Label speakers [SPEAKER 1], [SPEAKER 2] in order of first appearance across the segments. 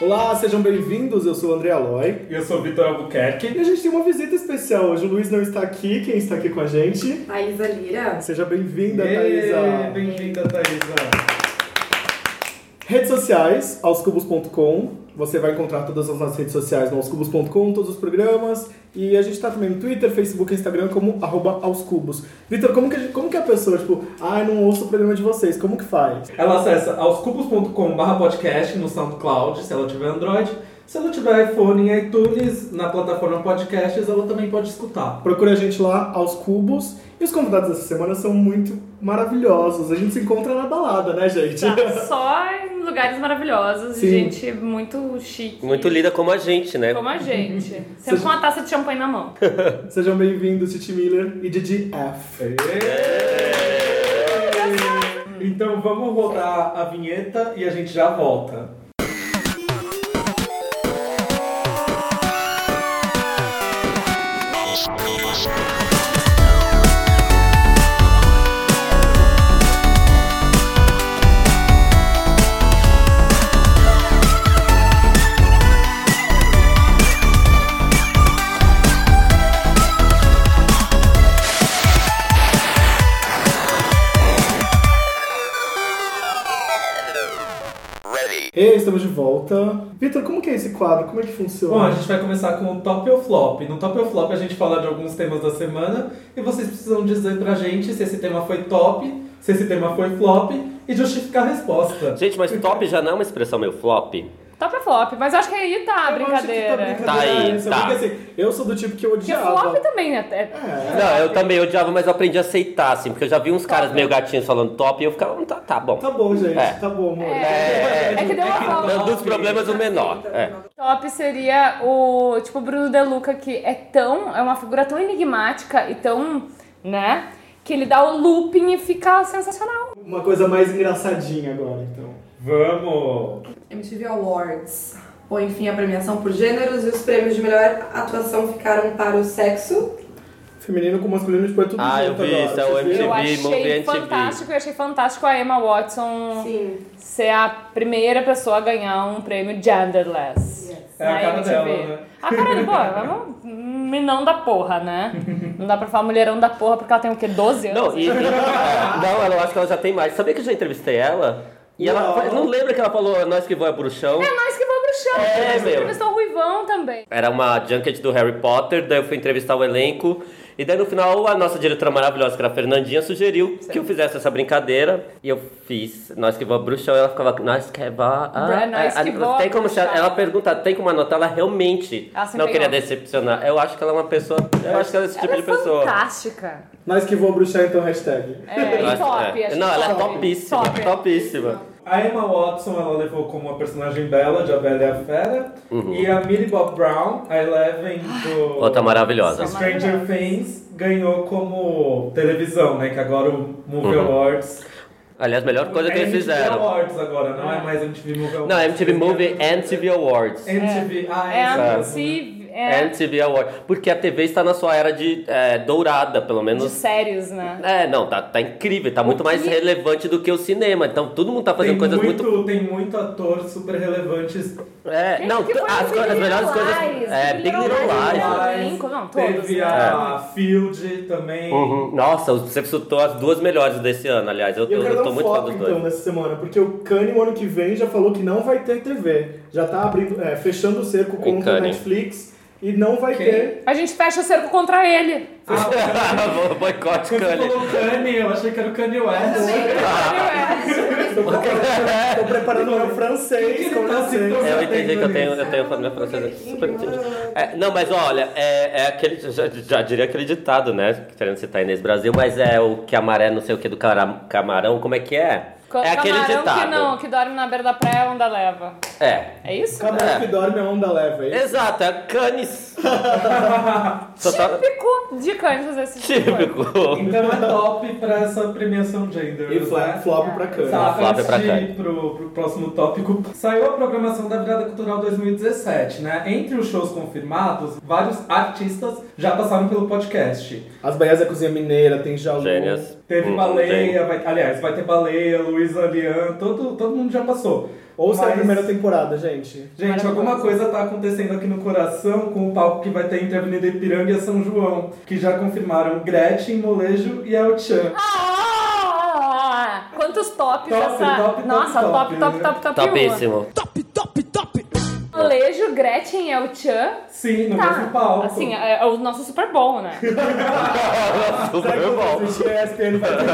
[SPEAKER 1] Olá, sejam bem-vindos. Eu sou o André Aloy.
[SPEAKER 2] Eu sou o Vitor Albuquerque.
[SPEAKER 1] E a gente tem uma visita especial hoje. O Luiz não está aqui. Quem está aqui com a gente?
[SPEAKER 3] Thaisa Lira.
[SPEAKER 1] Seja bem-vinda,
[SPEAKER 2] Ê,
[SPEAKER 1] Thaisa.
[SPEAKER 2] Bem-vinda, Thaisa.
[SPEAKER 1] Redes sociais, aoscubos.com. Você vai encontrar todas as nossas redes sociais no aoscubos.com, todos os programas. E a gente tá também no Twitter, Facebook e Instagram como arroba aoscubos. Vitor, como que, a gente- como que a pessoa, tipo, ai, não ouço o programa de vocês, como que faz?
[SPEAKER 2] Ela acessa aoscubos.com.br podcast no SoundCloud, se ela tiver Android. Se ela tiver iPhone e iTunes, na plataforma podcasts, ela também pode escutar.
[SPEAKER 1] Procure a gente lá, aos cubos. E os convidados dessa semana são muito maravilhosos. A gente se encontra na balada, né, gente?
[SPEAKER 4] Tá, só em lugares maravilhosos e
[SPEAKER 1] Sim.
[SPEAKER 4] gente muito chique.
[SPEAKER 5] Muito lida como a gente, né?
[SPEAKER 4] Como a gente. Sempre
[SPEAKER 1] Seja-
[SPEAKER 4] com uma taça de champanhe na mão.
[SPEAKER 1] Sejam bem-vindos, Titi Miller e Didi F. Hum.
[SPEAKER 2] Ê. Então vamos rodar a vinheta e a gente já volta.
[SPEAKER 1] E estamos de volta. Vitor, como que é esse quadro? Como é que
[SPEAKER 2] Bom, a
[SPEAKER 1] funciona?
[SPEAKER 2] gente vai começar com o top ou flop. No top ou flop a gente fala de alguns temas da semana e vocês precisam dizer pra gente se esse tema foi top, se esse tema foi flop e justificar a resposta.
[SPEAKER 5] Gente, mas top já não é uma expressão meio flop?
[SPEAKER 4] Top é flop, mas eu acho que aí tá a
[SPEAKER 1] Eu acho que
[SPEAKER 4] brincadeira.
[SPEAKER 1] Tá aí,
[SPEAKER 5] Tá aí,
[SPEAKER 1] tá.
[SPEAKER 5] tá.
[SPEAKER 1] Porque, assim, eu sou do tipo que eu
[SPEAKER 4] Porque
[SPEAKER 1] odiava.
[SPEAKER 4] flop tá- também né? até.
[SPEAKER 1] É.
[SPEAKER 5] Não, eu também odiava, mas eu aprendi a aceitar, assim, porque eu já vi uns caras meio gatinhos falando top e eu ficava, "Hum, tá, tá bom.
[SPEAKER 1] Tá bom, gente.
[SPEAKER 5] É.
[SPEAKER 1] Tá bom, amor.
[SPEAKER 4] É, é que deu uma
[SPEAKER 5] É um
[SPEAKER 4] volta.
[SPEAKER 5] dos problemas o menor. É.
[SPEAKER 4] então, Top seria o tipo o Bruno De Luca, que é tão. é uma figura tão enigmática e tão. né? Que ele dá o looping e fica sensacional.
[SPEAKER 1] Uma coisa mais engraçadinha agora, então.
[SPEAKER 2] Vamos!
[SPEAKER 3] MTV Awards. Põe fim à premiação por gêneros e os prêmios de melhor atuação ficaram para o sexo.
[SPEAKER 1] Feminino com masculino, tipo, é tudo
[SPEAKER 5] Ah, eu
[SPEAKER 1] junto
[SPEAKER 5] vi
[SPEAKER 1] agora.
[SPEAKER 5] isso, é o
[SPEAKER 1] vocês viram?
[SPEAKER 4] eu
[SPEAKER 5] MTV. Movie
[SPEAKER 4] achei
[SPEAKER 5] MTV.
[SPEAKER 4] fantástico, eu achei fantástico a Emma Watson
[SPEAKER 3] Sim.
[SPEAKER 4] ser a primeira pessoa a ganhar um prêmio genderless.
[SPEAKER 3] Yes.
[SPEAKER 2] É a
[SPEAKER 4] na
[SPEAKER 2] cara
[SPEAKER 4] MTV.
[SPEAKER 2] dela, né?
[SPEAKER 4] A cara dela, pô, ela é um menão da porra, né? Não dá pra falar mulherão da porra porque ela tem o quê? 12 anos?
[SPEAKER 5] Não, e, e- é, não, ela eu acho que ela já tem mais. Sabia que eu já entrevistei ela? E ela
[SPEAKER 1] Não.
[SPEAKER 5] fa- não lembra que ela falou nós que voa pro chão?
[SPEAKER 4] É mais que vou pro chão.
[SPEAKER 5] É,
[SPEAKER 4] Você
[SPEAKER 5] meu.
[SPEAKER 4] entrevistou o Ruivão também.
[SPEAKER 5] Era uma junket do Harry Potter, daí eu fui entrevistar o elenco. E daí no final a nossa diretora maravilhosa, que era a Fernandinha, sugeriu que eu fizesse essa brincadeira. E eu fiz. Nós que voa pro chão, ela ficava, nós que voa.
[SPEAKER 4] Bra- nós que voa
[SPEAKER 5] ah, tem como
[SPEAKER 4] pro
[SPEAKER 5] se-
[SPEAKER 4] chão.
[SPEAKER 5] Ela pergunta, tem como anotar? Ela realmente
[SPEAKER 4] Ela se
[SPEAKER 5] não queria
[SPEAKER 4] empenhou.
[SPEAKER 5] decepcionar. Eu acho que ela é uma pessoa. Eu acho que ela é esse tipo
[SPEAKER 4] ela
[SPEAKER 5] de
[SPEAKER 4] é
[SPEAKER 5] pessoa.
[SPEAKER 4] fantástica.
[SPEAKER 1] Nós que vou bruxar, então, hashtag.
[SPEAKER 4] É,
[SPEAKER 5] Eu
[SPEAKER 4] e
[SPEAKER 5] acho-
[SPEAKER 4] top.
[SPEAKER 5] é.
[SPEAKER 4] achei
[SPEAKER 5] Não, ela é
[SPEAKER 4] top.
[SPEAKER 5] topíssima,
[SPEAKER 4] Top.
[SPEAKER 5] topíssima.
[SPEAKER 2] A Emma Watson ela levou como a personagem bela de A Bela e a Fera.
[SPEAKER 5] Uhum.
[SPEAKER 2] E a Millie Bob Brown, a Eleven do
[SPEAKER 5] Outra maravilhosa.
[SPEAKER 2] Stranger Things, ganhou como televisão, né? Que agora o Movie
[SPEAKER 5] Uhum.
[SPEAKER 2] Awards
[SPEAKER 5] Aliás, melhor coisa que
[SPEAKER 2] É
[SPEAKER 5] eles
[SPEAKER 2] MTV
[SPEAKER 5] fizeram.
[SPEAKER 2] Awards agora, não é mais MTV Movie Awards.
[SPEAKER 5] Não, MTV Movie and TV Awards.
[SPEAKER 2] MTV, ah,
[SPEAKER 4] É
[SPEAKER 2] é,
[SPEAKER 4] a
[SPEAKER 2] isso mesmo, né?
[SPEAKER 4] MC... É
[SPEAKER 5] MTV Awards. Porque a TV está na sua era de é, dourada, pelo
[SPEAKER 4] de
[SPEAKER 5] menos.
[SPEAKER 4] séries, né?
[SPEAKER 5] É, não, tá, tá incrível, tá muito mais
[SPEAKER 4] que-
[SPEAKER 5] relevante do que o cinema. Então todo mundo tá fazendo
[SPEAKER 2] Tem
[SPEAKER 5] coisas muito.
[SPEAKER 2] muito, Tem muito ator super relevantes.
[SPEAKER 5] É,
[SPEAKER 4] Gente,
[SPEAKER 5] não,
[SPEAKER 4] que
[SPEAKER 5] t-
[SPEAKER 4] foi
[SPEAKER 5] as,
[SPEAKER 4] Big
[SPEAKER 5] co- as
[SPEAKER 4] Little
[SPEAKER 5] melhores coisas.
[SPEAKER 4] Lies,
[SPEAKER 5] É,
[SPEAKER 4] Big
[SPEAKER 5] Big Little
[SPEAKER 4] Little Lies.
[SPEAKER 5] Lies.
[SPEAKER 4] Não, elenco, não, todos,
[SPEAKER 2] Teve
[SPEAKER 4] né?
[SPEAKER 2] a Field também.
[SPEAKER 5] É. Uhum. Nossa, você citou as duas melhores desse ano, aliás. Eu,
[SPEAKER 1] E eu
[SPEAKER 5] eu-
[SPEAKER 1] quero
[SPEAKER 5] eu
[SPEAKER 1] dar
[SPEAKER 5] tô
[SPEAKER 1] um
[SPEAKER 5] muito fã
[SPEAKER 1] foco,
[SPEAKER 5] dos
[SPEAKER 1] então,
[SPEAKER 5] dois.
[SPEAKER 1] nessa semana, porque o Kanye, o ano que vem, já falou que não vai ter TV. Já tá abrindo, é, fechando o cerco contra a
[SPEAKER 5] Kanye.
[SPEAKER 1] Netflix e não vai
[SPEAKER 2] Quem?
[SPEAKER 1] ter.
[SPEAKER 4] A gente fecha o cerco contra ele.
[SPEAKER 1] Ah,
[SPEAKER 5] Boicote,
[SPEAKER 2] Quando você
[SPEAKER 5] Kanye.
[SPEAKER 2] falou Kanye, eu achei que era o Kanye West.
[SPEAKER 5] É
[SPEAKER 1] Tô preparando, tô preparando meu francês,
[SPEAKER 2] Ele tá se
[SPEAKER 1] francês.
[SPEAKER 2] tornando-
[SPEAKER 5] Eu entendi que eu tenho, eu tenho família francesa super entendi. É, não, mas olha, é, é aquele. Já, já diria aquele ditado, né? Querendo citar Inês Brasil, mas é o que a maré não sei o que do cara- camarão, como é que é? é aquele
[SPEAKER 4] Camarão
[SPEAKER 5] ditado.
[SPEAKER 4] que não, que dorme na beira da praia, onda leva.
[SPEAKER 5] É.
[SPEAKER 4] É isso?
[SPEAKER 1] Camarão
[SPEAKER 5] É.
[SPEAKER 1] que dorme a onda leva, é isso?
[SPEAKER 5] Exato, é canis. Só tá
[SPEAKER 4] Típico de cães fazer esse tipo de coisa.
[SPEAKER 5] típico.
[SPEAKER 2] Então é top pra essa premiação gender.
[SPEAKER 1] E fla-
[SPEAKER 2] né?
[SPEAKER 1] flop pra Kanye.
[SPEAKER 2] Tá,
[SPEAKER 5] Flávia
[SPEAKER 2] antes
[SPEAKER 5] pra
[SPEAKER 2] de
[SPEAKER 5] cá.
[SPEAKER 2] ir pro, pro próximo tópico, saiu a programação da Virada Cultural 2017, né? Entre os shows confirmados, vários artistas já passaram pelo podcast.
[SPEAKER 1] As Baias da Cozinha Mineira, tem Jalu.
[SPEAKER 5] Gênias.
[SPEAKER 2] Teve
[SPEAKER 5] Hum,
[SPEAKER 2] Baleia,
[SPEAKER 5] gênio.
[SPEAKER 2] vai- aliás, vai ter Baleia, Luísa Lian, todo, todo mundo já passou.
[SPEAKER 1] Ouça é a
[SPEAKER 2] Mas-
[SPEAKER 1] primeira temporada, gente.
[SPEAKER 2] Gente, alguma coisa tá acontecendo aqui no coração com o palco que vai ter entre a Avenida Ipiranga e a São João, que já confirmaram Gretchen, Molejo e El Chan.
[SPEAKER 4] Ah! Quantos tops
[SPEAKER 2] Top,
[SPEAKER 4] essa.
[SPEAKER 2] top, top,
[SPEAKER 4] Nossa,
[SPEAKER 2] top,
[SPEAKER 4] top, top,
[SPEAKER 2] né?
[SPEAKER 4] top, top, top
[SPEAKER 5] Topíssimo.
[SPEAKER 4] uma. Alejo, Gretchen e El Chan.
[SPEAKER 2] Sim, no mesmo
[SPEAKER 4] Tá.
[SPEAKER 2] palco.
[SPEAKER 4] Assim, é, é o nosso Super Bowl, né?
[SPEAKER 1] Será que
[SPEAKER 5] Super
[SPEAKER 1] quando
[SPEAKER 5] bom.
[SPEAKER 1] existir a ESPN vai ter?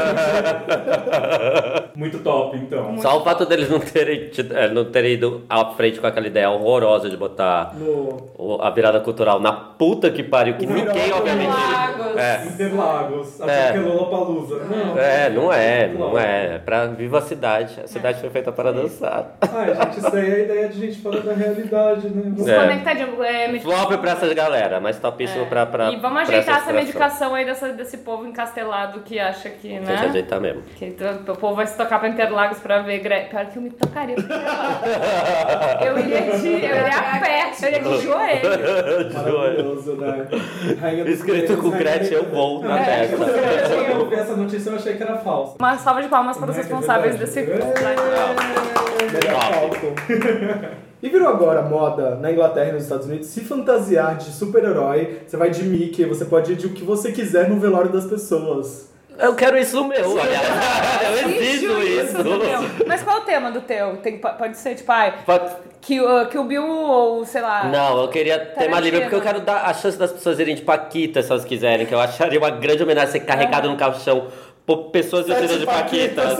[SPEAKER 2] Muito top, então.
[SPEAKER 5] Só o fato deles não terem, tido- é, não terem ido à frente com aquela ideia horrorosa de botar
[SPEAKER 1] No-
[SPEAKER 5] o- a virada cultural na puta que pariu, que
[SPEAKER 1] O virada
[SPEAKER 5] ninguém,
[SPEAKER 1] cultural.
[SPEAKER 5] obviamente.
[SPEAKER 3] Lagos.
[SPEAKER 5] É.
[SPEAKER 2] Interlagos, até
[SPEAKER 5] É.
[SPEAKER 2] que é Lollapalooza. Não.
[SPEAKER 5] É, não é, não é. É Pra viva a cidade. A cidade foi feita para dançar.
[SPEAKER 2] Ai, gente, isso aí é a ideia de gente fora da realidade, né?
[SPEAKER 4] Desconectadinho. É, medicação.
[SPEAKER 5] Flop pra essa galera, mas topíssimo pra, pra.
[SPEAKER 4] É. e vamos
[SPEAKER 5] pra
[SPEAKER 4] ajeitar essa
[SPEAKER 5] situação.
[SPEAKER 4] medicação aí dessa- desse povo encastelado que acha que,
[SPEAKER 5] Tem que
[SPEAKER 4] né?
[SPEAKER 5] ajeitar mesmo.
[SPEAKER 4] Que to- o povo vai se tocar pra Interlagos pra ver Gretchen. Pior que eu me tocaria pra Interlagos. Eu iria de. Eu iria a pé, eu iria de joelho.
[SPEAKER 1] Maravilhoso, né? Rainha dos
[SPEAKER 5] Escrito com
[SPEAKER 1] Gregos,
[SPEAKER 5] Gretchen, eu vou na festa.
[SPEAKER 2] Quando eu vi essa notícia, eu achei que era falsa.
[SPEAKER 4] É, Uma salva de palmas para os
[SPEAKER 2] Não é que é
[SPEAKER 4] responsáveis desse.
[SPEAKER 2] verdade.
[SPEAKER 1] Melhor
[SPEAKER 5] Top.
[SPEAKER 1] palco. E virou agora moda na Inglaterra e nos Estados Unidos se fantasiar de super-herói. Você vai de Mickey, você pode ir de o que você quiser no velório das pessoas.
[SPEAKER 5] Eu quero isso no meu, olha. Eu exijo isso.
[SPEAKER 4] do meu. Mas qual é o tema do teu? Tem- po- pode ser, tipo, ai,
[SPEAKER 5] Pode-
[SPEAKER 4] que, o- que o Bill ou sei lá.
[SPEAKER 5] Não, eu queria tema livre, porque eu
[SPEAKER 4] é
[SPEAKER 5] quero dar a chance das pessoas irem de Paquita, se elas quiserem, que eu acharia uma grande homenagem ser
[SPEAKER 4] Ah.
[SPEAKER 5] carregado no caixão por pessoas vestidas de Paquitas.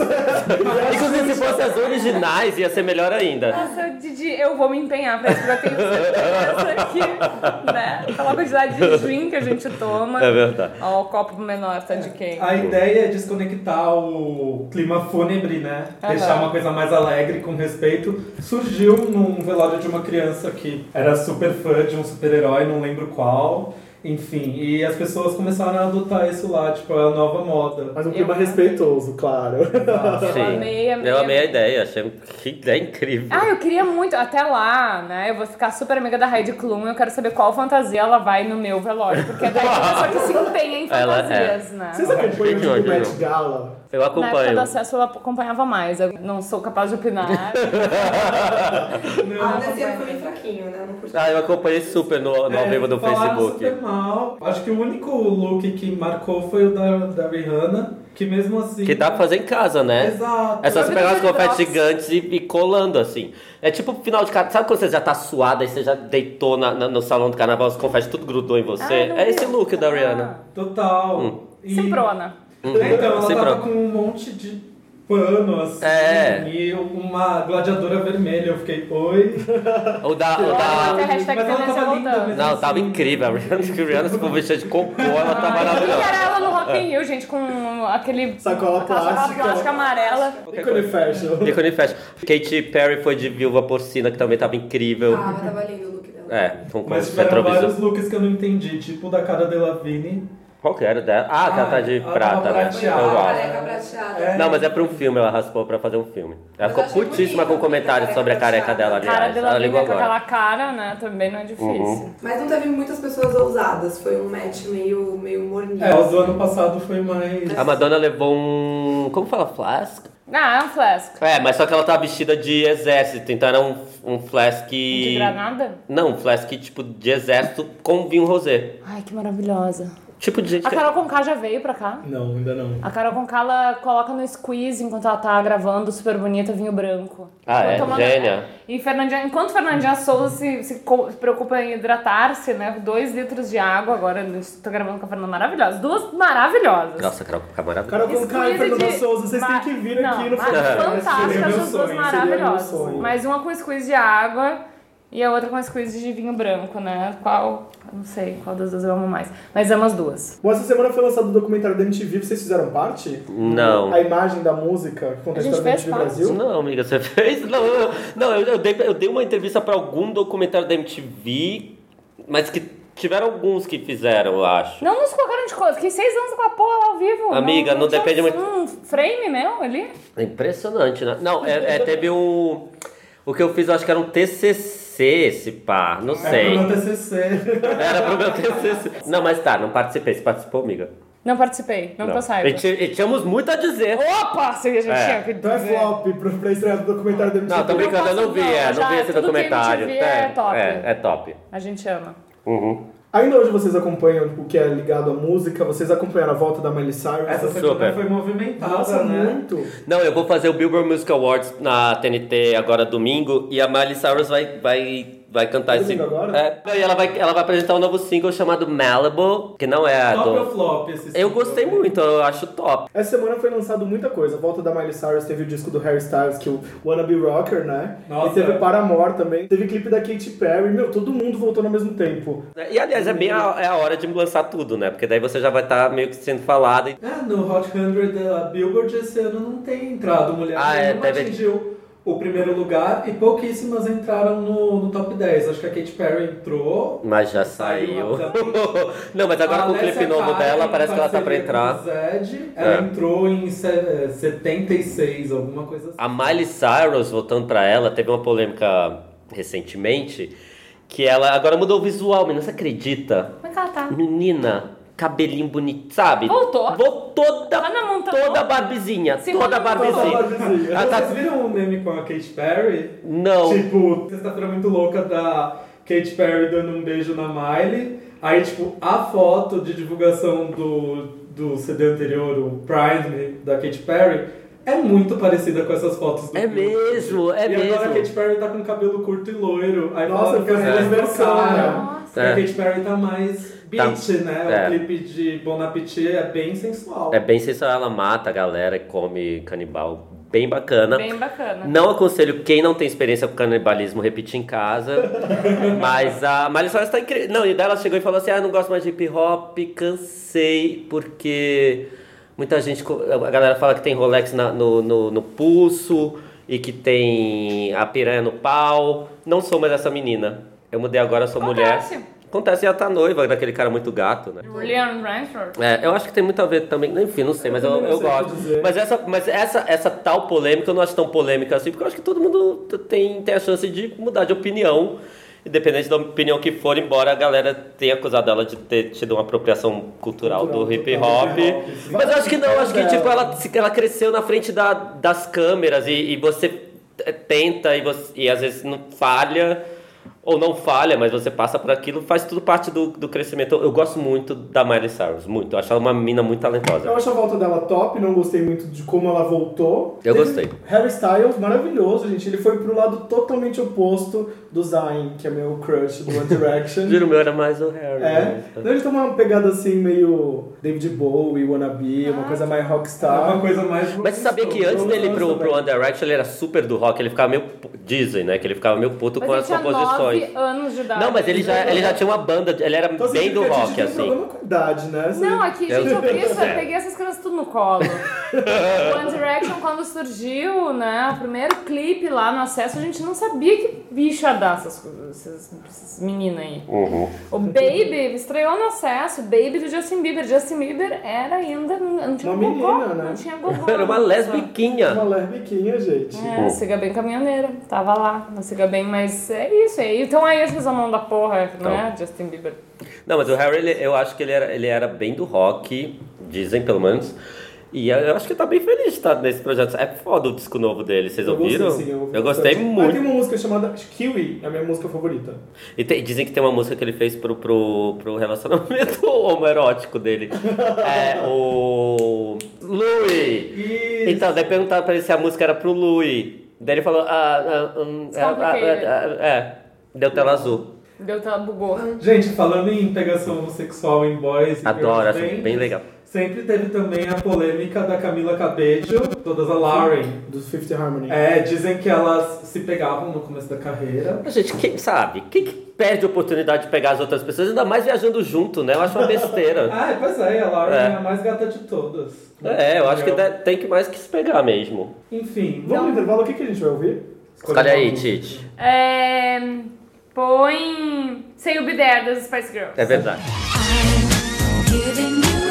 [SPEAKER 5] Inclusive, se fossem as originais, ia ser melhor ainda.
[SPEAKER 4] Nossa, Didi, eu vou me empenhar pra isso, porque eu tenho certeza que, né? Aquela quantidade de gin que a gente toma.
[SPEAKER 5] É verdade.
[SPEAKER 4] Ó, o copo menor tá de quem?
[SPEAKER 2] A ideia é desconectar o clima fúnebre, né?
[SPEAKER 4] Aham.
[SPEAKER 2] Deixar uma coisa mais alegre, com respeito. Surgiu num velório de uma criança que era super fã de um super-herói, não lembro qual. Enfim, e as pessoas começaram a adotar isso lá, tipo, é a nova moda.
[SPEAKER 1] Mas um clima respeitoso, claro.
[SPEAKER 5] Sim.
[SPEAKER 4] Ah, amei, amei,
[SPEAKER 5] Eu amei a
[SPEAKER 4] amei.
[SPEAKER 5] ideia, achei um que ideia incrível.
[SPEAKER 4] Ah, eu queria muito, até lá, né? Eu vou ficar super amiga da Heidi Klum, eu quero saber qual fantasia ela vai no meu velório, porque daí tem é pessoa que se empenha em
[SPEAKER 5] Ela é.
[SPEAKER 4] fantasias, né?
[SPEAKER 1] Vocês acompanham
[SPEAKER 5] Gente,
[SPEAKER 1] tipo, o
[SPEAKER 5] olha,
[SPEAKER 1] Met Gala?
[SPEAKER 5] Eu
[SPEAKER 4] Na época do
[SPEAKER 5] acompanho.
[SPEAKER 4] acesso eu acompanhava mais, eu não sou capaz de opinar.
[SPEAKER 3] Ah, desse ano foi meio fraquinho, né? Não curti.
[SPEAKER 5] Ah, eu acompanhei super no, no ao
[SPEAKER 2] É,
[SPEAKER 5] vivo do
[SPEAKER 2] falaram
[SPEAKER 5] Facebook.
[SPEAKER 2] super mal. Acho que o único look que marcou foi o da, da Rihanna, que mesmo assim...
[SPEAKER 5] Que dá pra fazer em casa, né?
[SPEAKER 2] Exato.
[SPEAKER 5] É só
[SPEAKER 4] Eu
[SPEAKER 5] você
[SPEAKER 4] vi
[SPEAKER 5] pegar
[SPEAKER 4] no
[SPEAKER 5] os confetes
[SPEAKER 4] Drops.
[SPEAKER 5] gigantes e, e colando, assim. É tipo final de carnaval. Sabe quando você já tá suada e você já deitou na- na- no salão do carnaval, os confetes tudo grudou em
[SPEAKER 4] Ah,
[SPEAKER 5] você?
[SPEAKER 4] não
[SPEAKER 5] é
[SPEAKER 4] vi
[SPEAKER 5] esse look da
[SPEAKER 4] Ah.
[SPEAKER 5] Rihanna.
[SPEAKER 2] Total. E-
[SPEAKER 4] Simprona.
[SPEAKER 2] É, então, ela
[SPEAKER 5] Hum. Sem
[SPEAKER 2] tava
[SPEAKER 5] pro-
[SPEAKER 2] com um monte de pano, assim,
[SPEAKER 5] É.
[SPEAKER 2] e uma gladiadora vermelha. Eu fiquei, oi?
[SPEAKER 5] O da. O
[SPEAKER 4] Olha, até
[SPEAKER 5] da...
[SPEAKER 4] hashtag
[SPEAKER 2] Mas ela
[SPEAKER 4] tendência
[SPEAKER 2] tava linda
[SPEAKER 4] voltando.
[SPEAKER 2] mesmo.
[SPEAKER 5] Não, tava
[SPEAKER 2] assim.
[SPEAKER 5] incrível. A Rihanna, a Rihanna ficou vestida de cocô, ela tá
[SPEAKER 4] E
[SPEAKER 5] maravilhosa.
[SPEAKER 4] era ela no
[SPEAKER 5] É.
[SPEAKER 4] Rock in Rio, gente, com aquele...
[SPEAKER 1] Sacola
[SPEAKER 4] aquela
[SPEAKER 1] plástica.
[SPEAKER 4] plástica amarela.
[SPEAKER 1] Ícone é fashion.
[SPEAKER 5] Ícone fashion. Katy Perry foi de viúva porcina, que também tava incrível.
[SPEAKER 3] Ah, mas tava lindo o look dela.
[SPEAKER 5] É, com com
[SPEAKER 2] Mas
[SPEAKER 5] esse
[SPEAKER 2] tiveram vários
[SPEAKER 5] retrovisor.
[SPEAKER 2] looks que eu não entendi, tipo o da cara Delevingne.
[SPEAKER 5] Qual que era dela? Ah, que ela tá de
[SPEAKER 2] Ah, ela
[SPEAKER 5] prata,
[SPEAKER 2] tava
[SPEAKER 5] né?
[SPEAKER 3] Foi
[SPEAKER 2] Prateada.
[SPEAKER 5] Eu
[SPEAKER 3] uma
[SPEAKER 5] acho.
[SPEAKER 3] careca prateada.
[SPEAKER 2] É.
[SPEAKER 5] Não, mas é pra um filme, ela raspou pra fazer um filme. Ela
[SPEAKER 3] Mas
[SPEAKER 5] ficou
[SPEAKER 3] eu achei
[SPEAKER 5] putíssima com
[SPEAKER 3] bonita,
[SPEAKER 5] comentários sobre a careca dela, aliás.
[SPEAKER 4] cara dela
[SPEAKER 5] ela
[SPEAKER 4] linda
[SPEAKER 5] ligou
[SPEAKER 4] com
[SPEAKER 5] agora. Uhum.
[SPEAKER 4] aquela cara, né? Também não é difícil.
[SPEAKER 3] Mas não teve muitas pessoas ousadas, foi um match meio, meio morninho.
[SPEAKER 2] É, o do ano passado foi mais...
[SPEAKER 5] A Madonna levou um. Como fala? Flask?
[SPEAKER 4] Ah, é um flasco.
[SPEAKER 5] É, mas só que ela tava vestida de exército, então era um, um flask.
[SPEAKER 4] De granada?
[SPEAKER 5] Não, um flask tipo de exército com vinho rosé.
[SPEAKER 4] Ai, que maravilhosa.
[SPEAKER 5] Tipo de gente.
[SPEAKER 4] A
[SPEAKER 5] que-
[SPEAKER 4] Carol Conká já veio pra cá?
[SPEAKER 1] Não, ainda não.
[SPEAKER 4] A Carol Conká, ela coloca no squeeze enquanto ela tá gravando Super Bonita Vinho Branco.
[SPEAKER 5] Ah, é?
[SPEAKER 4] Enquanto uma-
[SPEAKER 5] Gênia.
[SPEAKER 4] E Fernandinha, enquanto Fernandinha Souza se, se co- se preocupa em hidratar-se, né? Dois litros de água agora. eu Tô gravando com a Fernanda maravilhosa. Duas maravilhosas.
[SPEAKER 5] Nossa, a Carol fica maravilhosa.
[SPEAKER 1] Carol Conká e
[SPEAKER 4] Squeeze
[SPEAKER 1] Fernanda
[SPEAKER 4] de-
[SPEAKER 1] Souza, vocês
[SPEAKER 4] ma-
[SPEAKER 1] têm que vir
[SPEAKER 4] não,
[SPEAKER 1] aqui no
[SPEAKER 4] ma-
[SPEAKER 1] podcast. Seria
[SPEAKER 4] Fantásticas,
[SPEAKER 1] meu
[SPEAKER 4] as duas
[SPEAKER 1] sonho, seria meu
[SPEAKER 4] maravilhosas.
[SPEAKER 1] sonho.
[SPEAKER 4] Mas uma com squeeze de água e a outra com squeeze de vinho branco, né? Qual? eu Não sei qual das duas eu amo mais. Mas amo as duas.
[SPEAKER 1] Bom, essa semana foi lançado o documentário da MTV, vocês fizeram parte?
[SPEAKER 5] Não.
[SPEAKER 1] A imagem da música que conta a
[SPEAKER 4] A gente
[SPEAKER 1] história da
[SPEAKER 4] fez
[SPEAKER 1] MTV
[SPEAKER 4] parte.
[SPEAKER 1] Brasil?
[SPEAKER 5] Não, amiga, você fez? Não, eu, não eu, eu dei, eu dei uma entrevista pra algum documentário da MTV, mas que tiveram alguns que fizeram, eu acho.
[SPEAKER 4] Não nos colocaram de coisa. Fiquei seis anos com a porra lá ao vivo.
[SPEAKER 5] Amiga, não
[SPEAKER 4] tinha
[SPEAKER 5] depende muito-
[SPEAKER 4] Um frame meu ali?
[SPEAKER 5] É Impressionante, né? Não, é, é, teve um. O que eu fiz, eu acho que era um TCC, esse pá, não
[SPEAKER 2] É,
[SPEAKER 5] sei.
[SPEAKER 2] pro meu TCC.
[SPEAKER 5] Era pro meu TCC. Não, mas tá, não participei, você participou, amiga.
[SPEAKER 4] Não participei, não, que eu saiba.
[SPEAKER 5] E ti- e tínhamos muito a dizer.
[SPEAKER 4] Opa, se a gente
[SPEAKER 5] É.
[SPEAKER 4] tinha que dizer.
[SPEAKER 1] Então é flop pra, pra estreia do documentário da MTV.
[SPEAKER 5] Não, tô brincando, eu não vi,
[SPEAKER 4] Não,
[SPEAKER 5] é,
[SPEAKER 4] já
[SPEAKER 5] não vi
[SPEAKER 4] é
[SPEAKER 5] esse
[SPEAKER 4] tudo que
[SPEAKER 5] documentário.
[SPEAKER 4] MTV é top.
[SPEAKER 5] É, é top.
[SPEAKER 4] A gente ama.
[SPEAKER 5] Uhum.
[SPEAKER 1] Ainda hoje vocês acompanham tipo, o que é ligado à música, vocês acompanharam a volta da Miley Cyrus.
[SPEAKER 2] Essa
[SPEAKER 5] Super.
[SPEAKER 2] semana foi movimentada,
[SPEAKER 1] Nossa,
[SPEAKER 2] né?
[SPEAKER 1] muito.
[SPEAKER 5] Não, eu vou fazer o Billboard Music Awards na TNT agora domingo e a Miley Cyrus vai, vai, vai cantar esse.
[SPEAKER 1] Domingo agora?
[SPEAKER 5] É, não, e ela vai, ela vai apresentar um novo single chamado Malibu, que não é a
[SPEAKER 2] Top ou
[SPEAKER 5] do.
[SPEAKER 2] flop esse né?
[SPEAKER 5] Eu
[SPEAKER 2] single?
[SPEAKER 5] gostei muito, eu acho top.
[SPEAKER 1] Essa semana foi lançado muita coisa. A volta da Miley Cyrus teve o disco do Harry Styles, que é o Wanna Be Rocker, né?
[SPEAKER 2] Nossa.
[SPEAKER 1] E teve Paramore também. Teve clipe da Katy Perry. Meu, todo mundo voltou ao mesmo tempo.
[SPEAKER 5] E aliás, é bem a, é a hora de lançar tudo, né? Porque daí você já vai estar meio que sendo falado. e-
[SPEAKER 2] É, no Hot 100 da Billboard esse ano não tem entrado mulher.
[SPEAKER 5] Ah, é,
[SPEAKER 2] não
[SPEAKER 5] deve-
[SPEAKER 2] atingiu o primeiro lugar e pouquíssimas entraram no, no top 10. Acho que a Katy Perry entrou.
[SPEAKER 5] Mas já
[SPEAKER 2] Saiu
[SPEAKER 5] saiu.
[SPEAKER 2] rapidamente.
[SPEAKER 5] não, mas agora
[SPEAKER 2] A
[SPEAKER 5] com o clipe
[SPEAKER 2] Alessia
[SPEAKER 5] novo
[SPEAKER 2] Cara,
[SPEAKER 5] dela,
[SPEAKER 2] em
[SPEAKER 5] parece que ela tá pra
[SPEAKER 2] parceria
[SPEAKER 5] entrar.
[SPEAKER 2] com o Zed, ela
[SPEAKER 5] É.
[SPEAKER 2] entrou em se- eh, 76, alguma coisa assim.
[SPEAKER 5] A Miley Cyrus, voltando pra ela, teve uma polêmica recentemente que ela agora mudou o visual, menina, você acredita?
[SPEAKER 4] Como é que ela tá?
[SPEAKER 5] Menina, cabelinho bonito, sabe?
[SPEAKER 4] Voltou.
[SPEAKER 5] Voltou da,
[SPEAKER 4] Tá na mão, tá
[SPEAKER 5] toda
[SPEAKER 4] bom.
[SPEAKER 5] barbezinha,
[SPEAKER 4] Sim,
[SPEAKER 5] toda
[SPEAKER 4] tá na mão, tá
[SPEAKER 5] barbezinha.
[SPEAKER 1] Barbezinha.
[SPEAKER 5] Ah, tá-
[SPEAKER 2] Vocês viram o meme com a Katy Perry?
[SPEAKER 5] Não.
[SPEAKER 2] Tipo, sexta-feira muito louca da Katy Perry dando um beijo na Miley. Aí, tipo, a foto de divulgação do, do CD anterior, o Prime, da Katy Perry, é muito parecida com essas fotos do
[SPEAKER 5] É
[SPEAKER 2] filme.
[SPEAKER 5] mesmo, é
[SPEAKER 2] e agora a
[SPEAKER 5] mesmo.
[SPEAKER 2] Katy Perry tá com cabelo curto e loiro. Aí
[SPEAKER 1] Nossa,
[SPEAKER 2] falaram que é
[SPEAKER 1] fez
[SPEAKER 2] as
[SPEAKER 1] uma
[SPEAKER 2] duas
[SPEAKER 1] versão,
[SPEAKER 2] trocaram.
[SPEAKER 1] né?
[SPEAKER 5] É.
[SPEAKER 2] A Katy Perry tá mais beat, né?
[SPEAKER 5] É.
[SPEAKER 2] O clipe de Bon Appetit é bem sensual.
[SPEAKER 5] É bem sensacional, ela mata a galera e come canibal. Bem bacana.
[SPEAKER 4] Bem bacana.
[SPEAKER 5] Não aconselho quem não tem experiência com canibalismo repetir em casa. mas a Miley Cyrus tá incrível. Não, e daí ela chegou e falou assim: ah, não gosto mais de hip hop, cansei, porque muita gente. co- A galera fala que tem Rolex na- no, no, no pulso e que tem a piranha no pau. Não sou mais essa menina. Eu mudei agora, sou
[SPEAKER 4] Acontece.
[SPEAKER 5] mulher. Acontece, ela tá noiva daquele cara muito gato, né?
[SPEAKER 4] Julian Ransford.
[SPEAKER 5] É, eu acho que tem muito a ver também, enfim, não sei, mas eu,
[SPEAKER 1] também não
[SPEAKER 5] eu
[SPEAKER 1] sei o que
[SPEAKER 5] gosto.
[SPEAKER 1] dizer.
[SPEAKER 5] Mas, essa, mas essa, essa tal polêmica eu não acho tão polêmica assim, porque eu acho que todo mundo t- tem, tem a chance de mudar de opinião. Independente da opinião que for, embora a galera tenha acusado ela de ter tido uma apropriação cultural
[SPEAKER 1] Cultural,
[SPEAKER 5] do hip
[SPEAKER 1] total,
[SPEAKER 5] hop.
[SPEAKER 2] hip hop, sim.
[SPEAKER 5] Mas eu acho que não, eu acho que
[SPEAKER 1] Dela.
[SPEAKER 5] tipo, ela, se- ela cresceu na frente da, das câmeras e, e você t- tenta e, você, e às vezes não falha ou não falha, mas você passa por aquilo, faz tudo parte do, do crescimento. Eu gosto muito da Miley Cyrus, muito. Eu acho ela uma mina muito
[SPEAKER 1] Então, Eu
[SPEAKER 5] talentosa.
[SPEAKER 1] acho a volta dela top, não gostei muito de como ela voltou.
[SPEAKER 5] Eu gostei.
[SPEAKER 1] Harry Styles, maravilhoso, gente. Ele foi pro lado totalmente oposto do Zayn, que é meu crush do One Direction.
[SPEAKER 5] Juro, meu era mais o Harry.
[SPEAKER 1] É.
[SPEAKER 5] né?
[SPEAKER 1] Então ele tem uma pegada assim, meio David Bowie, wannabe,
[SPEAKER 4] Ah,
[SPEAKER 1] uma coisa mais
[SPEAKER 2] É uma
[SPEAKER 1] rockstar.
[SPEAKER 2] coisa mais...
[SPEAKER 5] Mas você sabia que antes
[SPEAKER 1] Eu
[SPEAKER 5] dele
[SPEAKER 1] gosto
[SPEAKER 5] pro, pro
[SPEAKER 1] também.
[SPEAKER 5] One Direction, ele era super do rock, ele ficava meio... pu- Dizem, né? Que ele ficava meio puto
[SPEAKER 4] Mas
[SPEAKER 5] com
[SPEAKER 4] ele
[SPEAKER 5] as
[SPEAKER 4] tinha
[SPEAKER 5] composições.
[SPEAKER 4] 9 anos de idade.
[SPEAKER 5] Não, mas ele já, ele já tinha uma banda, de- ele era
[SPEAKER 1] Então,
[SPEAKER 5] bem do
[SPEAKER 1] significa que
[SPEAKER 5] rock,
[SPEAKER 1] a gente tem
[SPEAKER 5] assim.
[SPEAKER 1] problema com idade, né?
[SPEAKER 4] Não, aqui,
[SPEAKER 5] Eu-
[SPEAKER 4] gente, eu vi isso, eu peguei essas crianças tudo no colo. O One Direction, quando surgiu, né, o primeiro clipe lá no acesso, a gente não sabia que bicho ia dar essas coisas, essas, essas meninas aí.
[SPEAKER 5] Uhum.
[SPEAKER 4] O Baby estreou no acesso, Baby do Justin Bieber. Justin Bieber era ainda, não tinha
[SPEAKER 1] Uma
[SPEAKER 4] gogó,
[SPEAKER 1] menina, né?
[SPEAKER 4] não tinha gogó.
[SPEAKER 5] Era uma
[SPEAKER 4] nossa.
[SPEAKER 5] Uhum.
[SPEAKER 1] Uma
[SPEAKER 5] lesbiquinha.
[SPEAKER 1] lerbiquinha, gente.
[SPEAKER 4] É, siga bem caminhoneira, tava lá, não siga bem, mas é isso aí. Então aí as a mão da porra,
[SPEAKER 5] Então.
[SPEAKER 4] não é, Justin Bieber?
[SPEAKER 5] Não, mas o Harry, ele- eu acho que ele era, ele era bem do rock, dizem pelo menos. E eu- eu acho que tá bem feliz de estar nesse projeto. É foda o disco novo dele, vocês ouviram?
[SPEAKER 2] assim,
[SPEAKER 1] gostei, sim, eu, ouvi
[SPEAKER 5] gostei
[SPEAKER 1] bastante.
[SPEAKER 2] Ah,
[SPEAKER 5] muito.
[SPEAKER 1] Mas tem um- uma música chamada Kiwi, é a minha música favorita.
[SPEAKER 5] E tem- dizem que tem uma música que ele fez pro, pro, pro relacionamento homoerótico dele. É o. Louis!
[SPEAKER 2] E...
[SPEAKER 5] Então, daí perguntaram pra ele se a música era pro Louis. Daí ele falou. Ah, ah, hum, é, ah, ah, é, é. Deu tela azul.
[SPEAKER 4] Deu tela, bugou.
[SPEAKER 2] Gente, falando em pegação homossexual em boys e
[SPEAKER 5] Adoro,
[SPEAKER 2] girls
[SPEAKER 5] acho
[SPEAKER 2] bands,
[SPEAKER 5] bem legal.
[SPEAKER 2] Sempre teve também a polêmica da Camila Cabello, todas a Lauren.
[SPEAKER 1] Dos Fifth Harmony.
[SPEAKER 2] É, dizem que elas se pegavam no começo da carreira.
[SPEAKER 5] Mas, Gente, quem sabe? Quem que perde a oportunidade de pegar as outras pessoas, ainda mais viajando junto, né? Eu acho uma besteira.
[SPEAKER 2] Ah, pois é, a Lauren
[SPEAKER 5] É.
[SPEAKER 2] é, a mais gata de todas. né?
[SPEAKER 5] É, eu acho que dá- tem que mais que se pegar mesmo.
[SPEAKER 2] Enfim,
[SPEAKER 1] Vamos no intervalo, o que, que a gente vai ouvir?
[SPEAKER 5] Escolhe aí, Tite.
[SPEAKER 4] É, põe Say You Be There, das Spice Girls.
[SPEAKER 5] É verdade.
[SPEAKER 6] Giving you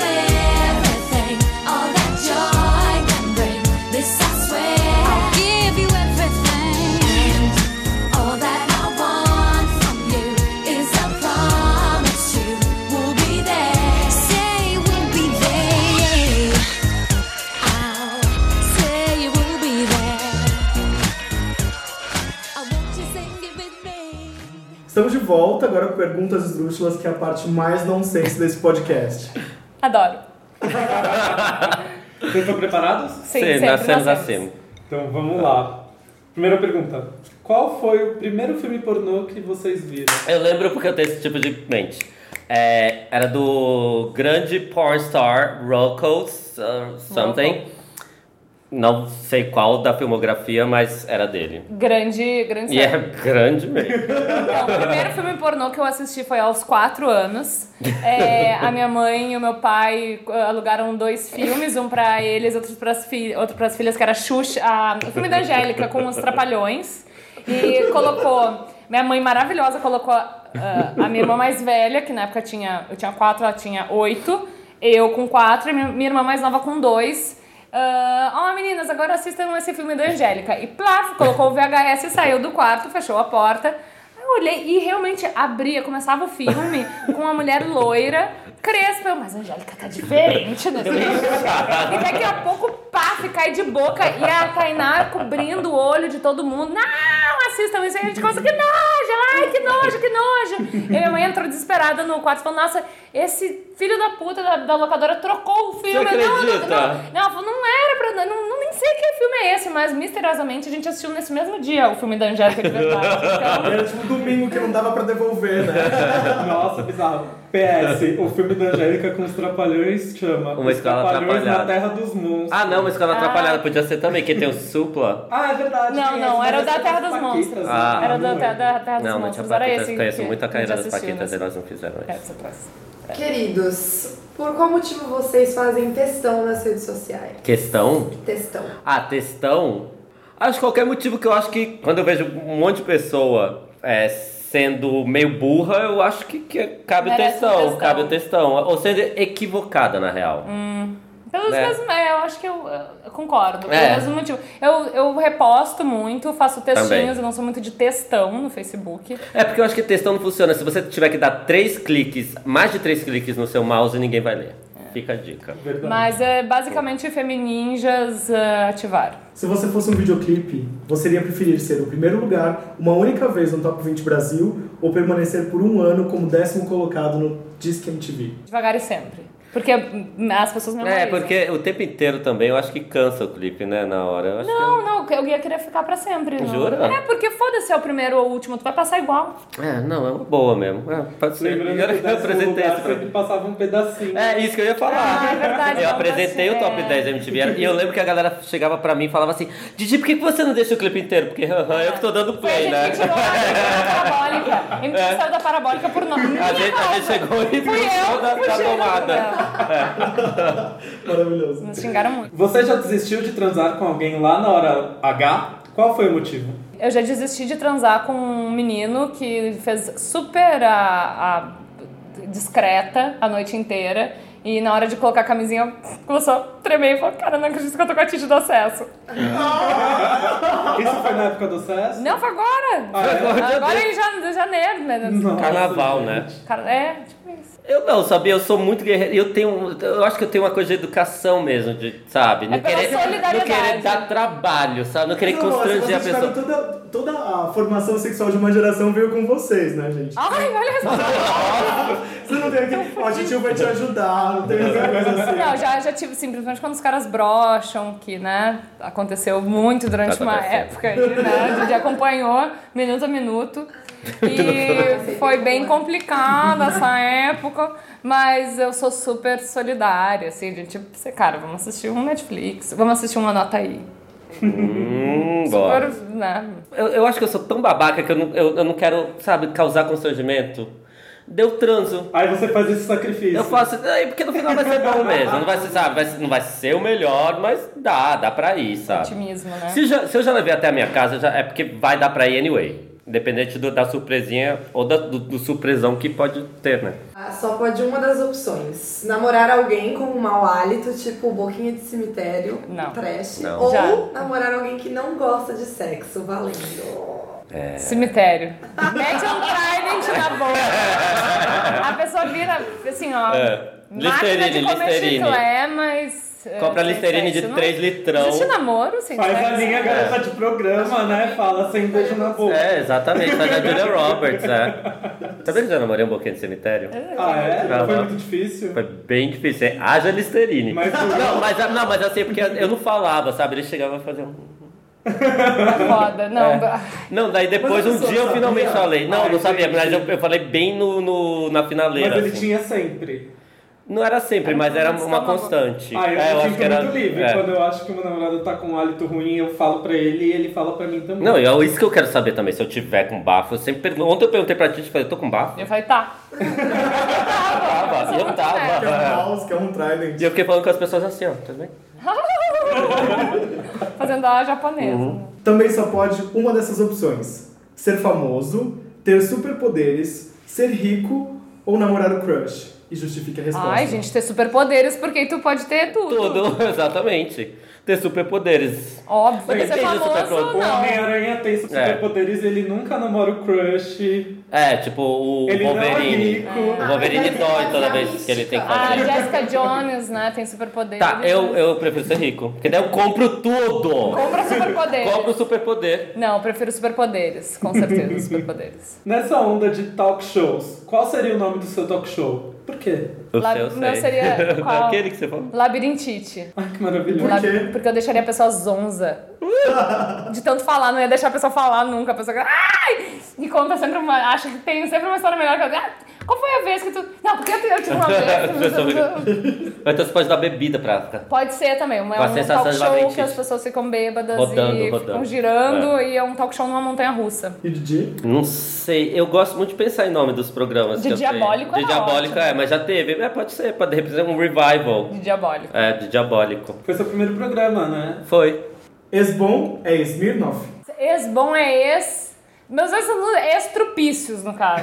[SPEAKER 6] everything, all that joy can bring. This I swear. I'll give you everything. And all that I want from you is a promise you will be there. Say we'll be there.
[SPEAKER 1] Estamos de volta agora com perguntas esdrúxulas, que é a parte mais nonsense desse podcast.
[SPEAKER 4] Adoro.
[SPEAKER 2] Vocês estão preparados?
[SPEAKER 4] Sim,
[SPEAKER 5] Sim,
[SPEAKER 4] sempre
[SPEAKER 5] nascemos
[SPEAKER 4] nós
[SPEAKER 5] assim.
[SPEAKER 2] Então vamos lá. Primeira pergunta. Qual foi o primeiro filme pornô que vocês viram?
[SPEAKER 5] Eu lembro porque eu tenho esse tipo de mente. É, era do grande porn star Rocco uh, something. Não sei qual da filmografia, mas era dele.
[SPEAKER 4] Grande, grande
[SPEAKER 5] E é grande mesmo.
[SPEAKER 4] Então, o primeiro filme pornô que eu assisti foi aos 4 anos. É, a minha mãe e o meu pai eh, alugaram dois filmes, um pra eles, outro pras, fi outro pras filhas, que era Xuxa, a- o filme da Angélica com os Trapalhões. E colocou. Minha mãe maravilhosa colocou ah, a minha irmã mais velha, que na época tinha, eu tinha 4, ela tinha 8. Eu com 4 e minha- minha irmã mais nova com 2. Ah, ó, meninas, agora assistam esse filme da Angélica. E plaf, colocou o VHS, saiu do quarto, fechou a porta. Aí eu olhei e realmente abria, começava o filme com uma mulher loira, crespa. Eu, mas a Angélica tá diferente nesse filme. E daqui a pouco, paf, cai de boca e a Tainá cobrindo o olho de todo mundo. Não, assistam isso. Aí a gente começa, que nojo, ai, que nojo, que nojo. E minha mãe entrou desesperada no quarto, falando, nossa, esse filho da puta da, da locadora trocou o filme.
[SPEAKER 5] Você
[SPEAKER 4] Eu, não, não,
[SPEAKER 5] acredita?
[SPEAKER 4] não, não, ela falou, não era pra. Não, não, nem sei que filme é esse, mas misteriosamente a gente assistiu nesse mesmo dia o filme da Angélica de verdade.
[SPEAKER 1] Era tipo um domingo que não dava pra devolver, né?
[SPEAKER 2] Nossa, bizarro. PS, o filme da Angélica com os Trapalhões chama
[SPEAKER 5] Uma
[SPEAKER 2] Os
[SPEAKER 5] Escola
[SPEAKER 2] Trapalhões na
[SPEAKER 5] Atrapalhada.
[SPEAKER 2] Terra dos Monstros.
[SPEAKER 5] Ah, não, uma escola
[SPEAKER 4] Ah.
[SPEAKER 5] atrapalhada podia ser também, que tem o supla.
[SPEAKER 2] Ah, é verdade.
[SPEAKER 4] Não,
[SPEAKER 2] tem
[SPEAKER 4] não,
[SPEAKER 2] esse,
[SPEAKER 4] era
[SPEAKER 2] mas
[SPEAKER 4] o da
[SPEAKER 2] essa
[SPEAKER 4] Terra
[SPEAKER 2] das
[SPEAKER 4] dos
[SPEAKER 2] Paquitas,
[SPEAKER 4] Monstros.
[SPEAKER 2] né?
[SPEAKER 5] Ah.
[SPEAKER 4] era
[SPEAKER 2] não
[SPEAKER 4] da,
[SPEAKER 2] é.
[SPEAKER 4] da, da Terra dos
[SPEAKER 5] não, mas tinha
[SPEAKER 4] Monstros, era
[SPEAKER 5] Paquitas,
[SPEAKER 4] é esse.
[SPEAKER 5] conheço
[SPEAKER 4] que
[SPEAKER 5] muito a
[SPEAKER 4] gente
[SPEAKER 5] carreira é das né?
[SPEAKER 4] assistiu
[SPEAKER 5] Paquitas e
[SPEAKER 4] nesse-
[SPEAKER 5] nós não fizeram
[SPEAKER 4] É,
[SPEAKER 5] isso.
[SPEAKER 4] você trouxe.
[SPEAKER 3] Queridos, por qual motivo vocês fazem textão nas redes sociais?
[SPEAKER 5] Questão?
[SPEAKER 3] Textão.
[SPEAKER 5] Ah, textão? Acho que qualquer motivo que eu acho que quando eu vejo um monte de pessoa é, sendo meio burra, eu acho que, que cabe o
[SPEAKER 4] Merece um
[SPEAKER 5] textão,
[SPEAKER 4] textão.
[SPEAKER 5] cabe o textão. Ou sendo equivocada, na real.
[SPEAKER 4] Hum. Pelos
[SPEAKER 5] Né?
[SPEAKER 4] mesmos. É, eu acho que eu, eu concordo. Pelo
[SPEAKER 5] É.
[SPEAKER 4] mesmo motivo. Eu, eu reposto muito, faço textinhos,
[SPEAKER 5] Também.
[SPEAKER 4] eu não sou muito de textão no Facebook.
[SPEAKER 5] É porque eu acho que textão não funciona. Se você tiver que dar três cliques, mais de três cliques no seu mouse, ninguém vai ler.
[SPEAKER 4] É.
[SPEAKER 5] Fica a dica.
[SPEAKER 2] Verdade.
[SPEAKER 4] Mas é basicamente Femininjas eh, ativar.
[SPEAKER 1] Se você fosse um videoclipe, você iria preferir ser o primeiro lugar, uma única vez no Top 20 Brasil, ou permanecer por um ano como décimo colocado no Disque MTV?
[SPEAKER 4] Devagar e sempre. Porque hum, as pessoas me
[SPEAKER 5] É, porque o tempo inteiro também eu acho que cansa o clipe, né? Na hora. Eu acho
[SPEAKER 4] Não, não, eu ia querer ficar pra sempre. Não.
[SPEAKER 5] Jura?
[SPEAKER 4] É, porque foda-se é o primeiro ou o último, tu vai passar igual.
[SPEAKER 5] que. É, não, é uma boa mesmo. É, pode ser.
[SPEAKER 2] Lembrando
[SPEAKER 5] E olha
[SPEAKER 2] que
[SPEAKER 5] que eu
[SPEAKER 2] o
[SPEAKER 5] apresentei
[SPEAKER 2] lugar
[SPEAKER 5] esse pra
[SPEAKER 2] sempre passava um pedacinho.
[SPEAKER 5] É isso que eu ia falar.
[SPEAKER 4] Ah, é verdade,
[SPEAKER 5] Eu
[SPEAKER 4] não,
[SPEAKER 5] apresentei
[SPEAKER 4] mas-
[SPEAKER 5] o top
[SPEAKER 4] é.
[SPEAKER 5] 10 da MTV era- e eu lembro que a galera chegava pra mim e falava assim: Didi, por que que você não deixa o clipe inteiro? Porque haha, eu que tô dando
[SPEAKER 4] Foi a
[SPEAKER 5] play,
[SPEAKER 4] gente
[SPEAKER 5] né?
[SPEAKER 4] que tirou a parabólica. A gente saiu da parabólica por nós.
[SPEAKER 5] A gente, a gente chegou e
[SPEAKER 4] Fui eu,
[SPEAKER 5] puxou da,
[SPEAKER 4] fui
[SPEAKER 5] da
[SPEAKER 4] eu.
[SPEAKER 5] tomada.
[SPEAKER 1] Maravilhoso.
[SPEAKER 4] Nos É, xingaram muito.
[SPEAKER 2] Você já desistiu de transar com alguém lá na hora H? Qual foi o motivo?
[SPEAKER 4] Eu já desisti de transar com um menino que fez super a, a discreta a noite inteira. E na hora de colocar a camisinha, começou a tremer e falou: Cara, não acredito que eu tô com a tite do acesso.
[SPEAKER 2] Isso foi na época do SES?
[SPEAKER 4] Não, foi agora!
[SPEAKER 2] Ah, é?
[SPEAKER 4] Agora em jane- janeiro, né?
[SPEAKER 2] Nossa,
[SPEAKER 5] um Carnaval,
[SPEAKER 2] gente.
[SPEAKER 5] né?
[SPEAKER 4] Cara, é, tipo isso.
[SPEAKER 5] Eu não, sabia? Eu sou muito guerreiro. Eu tenho. Eu acho que eu tenho uma coisa de educação mesmo, de, sabe? Não
[SPEAKER 4] É pela
[SPEAKER 5] querer, não
[SPEAKER 4] solidariedade.
[SPEAKER 5] querer dar trabalho, sabe? Não querer
[SPEAKER 1] Não, mas
[SPEAKER 5] constranger a
[SPEAKER 1] vocês tiveram
[SPEAKER 5] pessoa.
[SPEAKER 1] Toda, toda a formação sexual de uma geração veio com vocês, né, gente?
[SPEAKER 4] Ai, olha só.
[SPEAKER 1] Você não tem aquele. Ó, a gente vai te ajudar, não tem essa coisa assim.
[SPEAKER 4] Então Não, já, já tive, simplesmente quando os caras brocham, que, né, aconteceu muito durante
[SPEAKER 5] Tá
[SPEAKER 4] uma
[SPEAKER 5] acontecendo.
[SPEAKER 4] época, aí, né, a gente acompanhou minuto a minuto. E foi bem complicada essa época, mas eu sou super solidária, assim, de tipo, você, cara, vamos assistir um Netflix, vamos assistir uma nota aí.
[SPEAKER 5] Hum, bora.
[SPEAKER 4] Super, né,
[SPEAKER 5] Eu, eu acho que eu sou tão babaca que eu não, eu, eu não quero, sabe, causar constrangimento. Deu transo.
[SPEAKER 2] Aí você faz esse sacrifício.
[SPEAKER 5] Eu faço, é, porque no final vai ser bom mesmo. Não vai ser, sabe, vai ser- não vai ser o melhor, mas dá, dá pra ir, sabe?
[SPEAKER 4] otimismo, né.
[SPEAKER 5] Se, já- se eu já levei até a minha casa, já- é porque vai dar pra ir anyway. Independente do- da surpresinha ou da- do, do surpresão que pode ter, né?
[SPEAKER 3] Ah, só pode uma das opções. Namorar alguém com um mau hálito, tipo boquinha de cemitério,
[SPEAKER 4] Não.
[SPEAKER 3] trash.
[SPEAKER 5] Não.
[SPEAKER 3] Ou
[SPEAKER 4] Já.
[SPEAKER 3] namorar alguém que não gosta de sexo, valendo.
[SPEAKER 4] Cemitério. Mete um trident na boca. A pessoa vira, assim, ó.
[SPEAKER 5] É.
[SPEAKER 4] Máquina de
[SPEAKER 5] Listerine,
[SPEAKER 4] comer
[SPEAKER 5] Listerine.
[SPEAKER 4] chiclé, mas eh,
[SPEAKER 5] Compra
[SPEAKER 4] sem
[SPEAKER 5] Listerine
[SPEAKER 4] sexo.
[SPEAKER 5] de
[SPEAKER 4] Não- é?
[SPEAKER 5] 3 litrão.
[SPEAKER 4] Existe namoro né? sem
[SPEAKER 2] Faz a
[SPEAKER 4] sexo?
[SPEAKER 2] linha garota de programa, né? Fala sem beijo na boca.
[SPEAKER 5] É, exatamente, faz a Julia Roberts, é. Sabia que eu já namorei um pouquinho de cemitério?
[SPEAKER 2] Ah, é?
[SPEAKER 5] Aham.
[SPEAKER 2] Foi muito difícil.
[SPEAKER 5] Foi bem difícil, é. Haja Listerine.
[SPEAKER 2] Mas tu-
[SPEAKER 5] Não, mas, a- não, mas assim, porque eu não falava, sabe? Ele chegava e fazia um...
[SPEAKER 4] É foda. Não,
[SPEAKER 5] É. Não, daí depois
[SPEAKER 1] Mas a
[SPEAKER 5] um
[SPEAKER 1] pessoa
[SPEAKER 5] dia eu
[SPEAKER 1] sabia?
[SPEAKER 5] finalmente falei. Não,
[SPEAKER 2] Ai,
[SPEAKER 5] não sabia,
[SPEAKER 2] gente.
[SPEAKER 5] mas eu, eu falei bem no, no- na
[SPEAKER 2] Ah, Mas
[SPEAKER 5] finaleira.
[SPEAKER 2] ele
[SPEAKER 5] assim.
[SPEAKER 2] tinha sempre.
[SPEAKER 5] Não era sempre, mas era uma constante.
[SPEAKER 2] Ah, eu,
[SPEAKER 5] É,
[SPEAKER 2] me sinto muito livre.
[SPEAKER 5] é.
[SPEAKER 2] Quando eu acho que meu namorado tá com um hálito ruim, eu falo pra ele e ele fala pra mim também.
[SPEAKER 5] Não, e é isso que eu quero saber também, se eu tiver com bafo. Eu sempre pergunto. Ontem eu perguntei pra Titi, falei, eu tô com bafo?
[SPEAKER 4] eu falei, tá.
[SPEAKER 5] Eu tava, eu
[SPEAKER 1] Que é um
[SPEAKER 5] tava.
[SPEAKER 1] house, que é um trident.
[SPEAKER 5] E eu fiquei falando com as pessoas assim, ó, tudo bem?
[SPEAKER 4] Fazendo a japonesa.
[SPEAKER 5] Uhum.
[SPEAKER 1] Também só pode uma dessas opções: ser famoso, ter superpoderes, ser rico ou namorar o crush. E justifique a resposta.
[SPEAKER 4] Ai, gente, ter superpoderes, porque aí tu pode ter tudo.
[SPEAKER 5] Tudo, exatamente. Ter superpoderes.
[SPEAKER 4] Óbvio,
[SPEAKER 5] Mas
[SPEAKER 4] ser
[SPEAKER 5] tem
[SPEAKER 4] famoso,
[SPEAKER 5] superpoder.
[SPEAKER 2] O
[SPEAKER 4] não.
[SPEAKER 2] Homem-Aranha tem superpoderes, ele nunca namora o crush,
[SPEAKER 5] É, tipo o
[SPEAKER 2] ele
[SPEAKER 5] Wolverine.
[SPEAKER 2] não é rico.
[SPEAKER 5] O Wolverine dói
[SPEAKER 4] é
[SPEAKER 5] toda vez que ele tem que
[SPEAKER 4] A
[SPEAKER 5] fazer.
[SPEAKER 4] Jessica Jones, né, tem superpoderes.
[SPEAKER 5] Tá, eu, eu prefiro ser rico. Porque daí eu compro tudo.
[SPEAKER 4] Compra superpoderes.
[SPEAKER 5] Compro o superpoder.
[SPEAKER 4] Não, eu prefiro superpoderes, com certeza, superpoderes.
[SPEAKER 2] Nessa onda de talk shows, qual seria o nome do seu talk show? Por quê?
[SPEAKER 5] O
[SPEAKER 4] Lá-
[SPEAKER 5] seu
[SPEAKER 4] o
[SPEAKER 5] sei.
[SPEAKER 4] meu seria qual?
[SPEAKER 5] Aquele que você falou.
[SPEAKER 4] Labirintite.
[SPEAKER 2] Ai, que maravilhoso.
[SPEAKER 1] Por
[SPEAKER 4] Lab-
[SPEAKER 1] quê?
[SPEAKER 4] Porque eu deixaria a pessoa zonza. De tanto falar, não ia deixar a pessoa falar nunca. A pessoa. Ai! E conta sempre uma. Acha que tem sempre uma história melhor que a ah, Qual foi a vez que tu. Não, porque eu te- eu tive uma vez.
[SPEAKER 5] Mas então você pode dar bebida pra ficar.
[SPEAKER 4] Pode ser também, uma, é
[SPEAKER 5] Com a
[SPEAKER 4] um
[SPEAKER 5] sensação
[SPEAKER 4] talk
[SPEAKER 5] de
[SPEAKER 4] show
[SPEAKER 5] labirintite.
[SPEAKER 4] que as pessoas ficam bêbadas
[SPEAKER 5] Rodando,
[SPEAKER 4] e ficam
[SPEAKER 5] rodando.
[SPEAKER 4] girando, e é um talk show numa montanha russa.
[SPEAKER 1] E Didi?
[SPEAKER 5] Não sei, eu gosto muito de pensar em nome dos programas.
[SPEAKER 4] De
[SPEAKER 5] que eu tenho.
[SPEAKER 4] Diabólico
[SPEAKER 5] De
[SPEAKER 4] era
[SPEAKER 5] Diabólico,
[SPEAKER 4] ótimo.
[SPEAKER 5] é, mas já teve. É, pode ser, pode representar um revival.
[SPEAKER 4] De diabólico.
[SPEAKER 5] É, de Diabólico.
[SPEAKER 2] Foi seu primeiro programa, né?
[SPEAKER 5] Foi.
[SPEAKER 1] Ex-bom é Smirnoff.
[SPEAKER 4] Ex-bom é ex. Meus ex são ex-trupícios, no caso.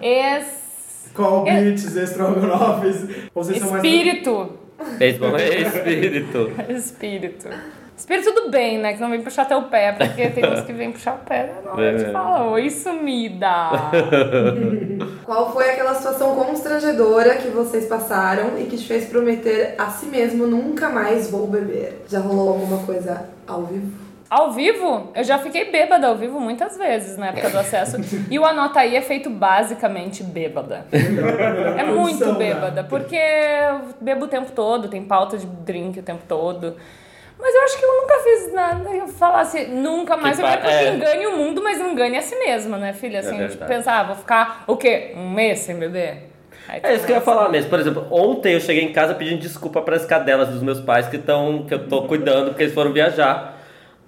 [SPEAKER 4] ex.
[SPEAKER 1] Colbits, Estrogonofes. Vocês são mais.
[SPEAKER 4] É. Espírito.
[SPEAKER 5] Beisebol é espírito.
[SPEAKER 4] Espírito. Espírito do bem, né? Que não vem puxar teu pé, porque tem uns que vêm puxar o pé. né? Não,
[SPEAKER 5] É.
[SPEAKER 4] eu te falo, oi sumida.
[SPEAKER 3] Qual foi aquela situação constrangedora que vocês passaram e que te fez prometer a si mesmo nunca mais vou beber? Já rolou alguma coisa ao vivo?
[SPEAKER 4] Ao vivo, eu já fiquei bêbada ao vivo muitas vezes na época do acesso. E o Anota Aí é feito basicamente bêbada. É muito bêbada, porque eu bebo o tempo todo, tem pauta de drink o tempo todo. Mas eu acho que eu nunca fiz nada que eu falasse nunca mais.
[SPEAKER 5] Que
[SPEAKER 4] eu
[SPEAKER 5] pa-
[SPEAKER 4] porque
[SPEAKER 5] é.
[SPEAKER 4] engane o mundo, mas não engane a si mesma, né, filha? Assim,
[SPEAKER 5] É
[SPEAKER 4] tipo,
[SPEAKER 5] verdade.
[SPEAKER 4] pensar, ah, vou ficar o quê? Um mês sem beber? Aí tá tu
[SPEAKER 5] É isso que eu ia
[SPEAKER 4] começa.
[SPEAKER 5] falar mesmo. Por exemplo, ontem eu cheguei em casa pedindo desculpa para as cadelas dos meus pais que estão que eu tô cuidando porque eles foram viajar.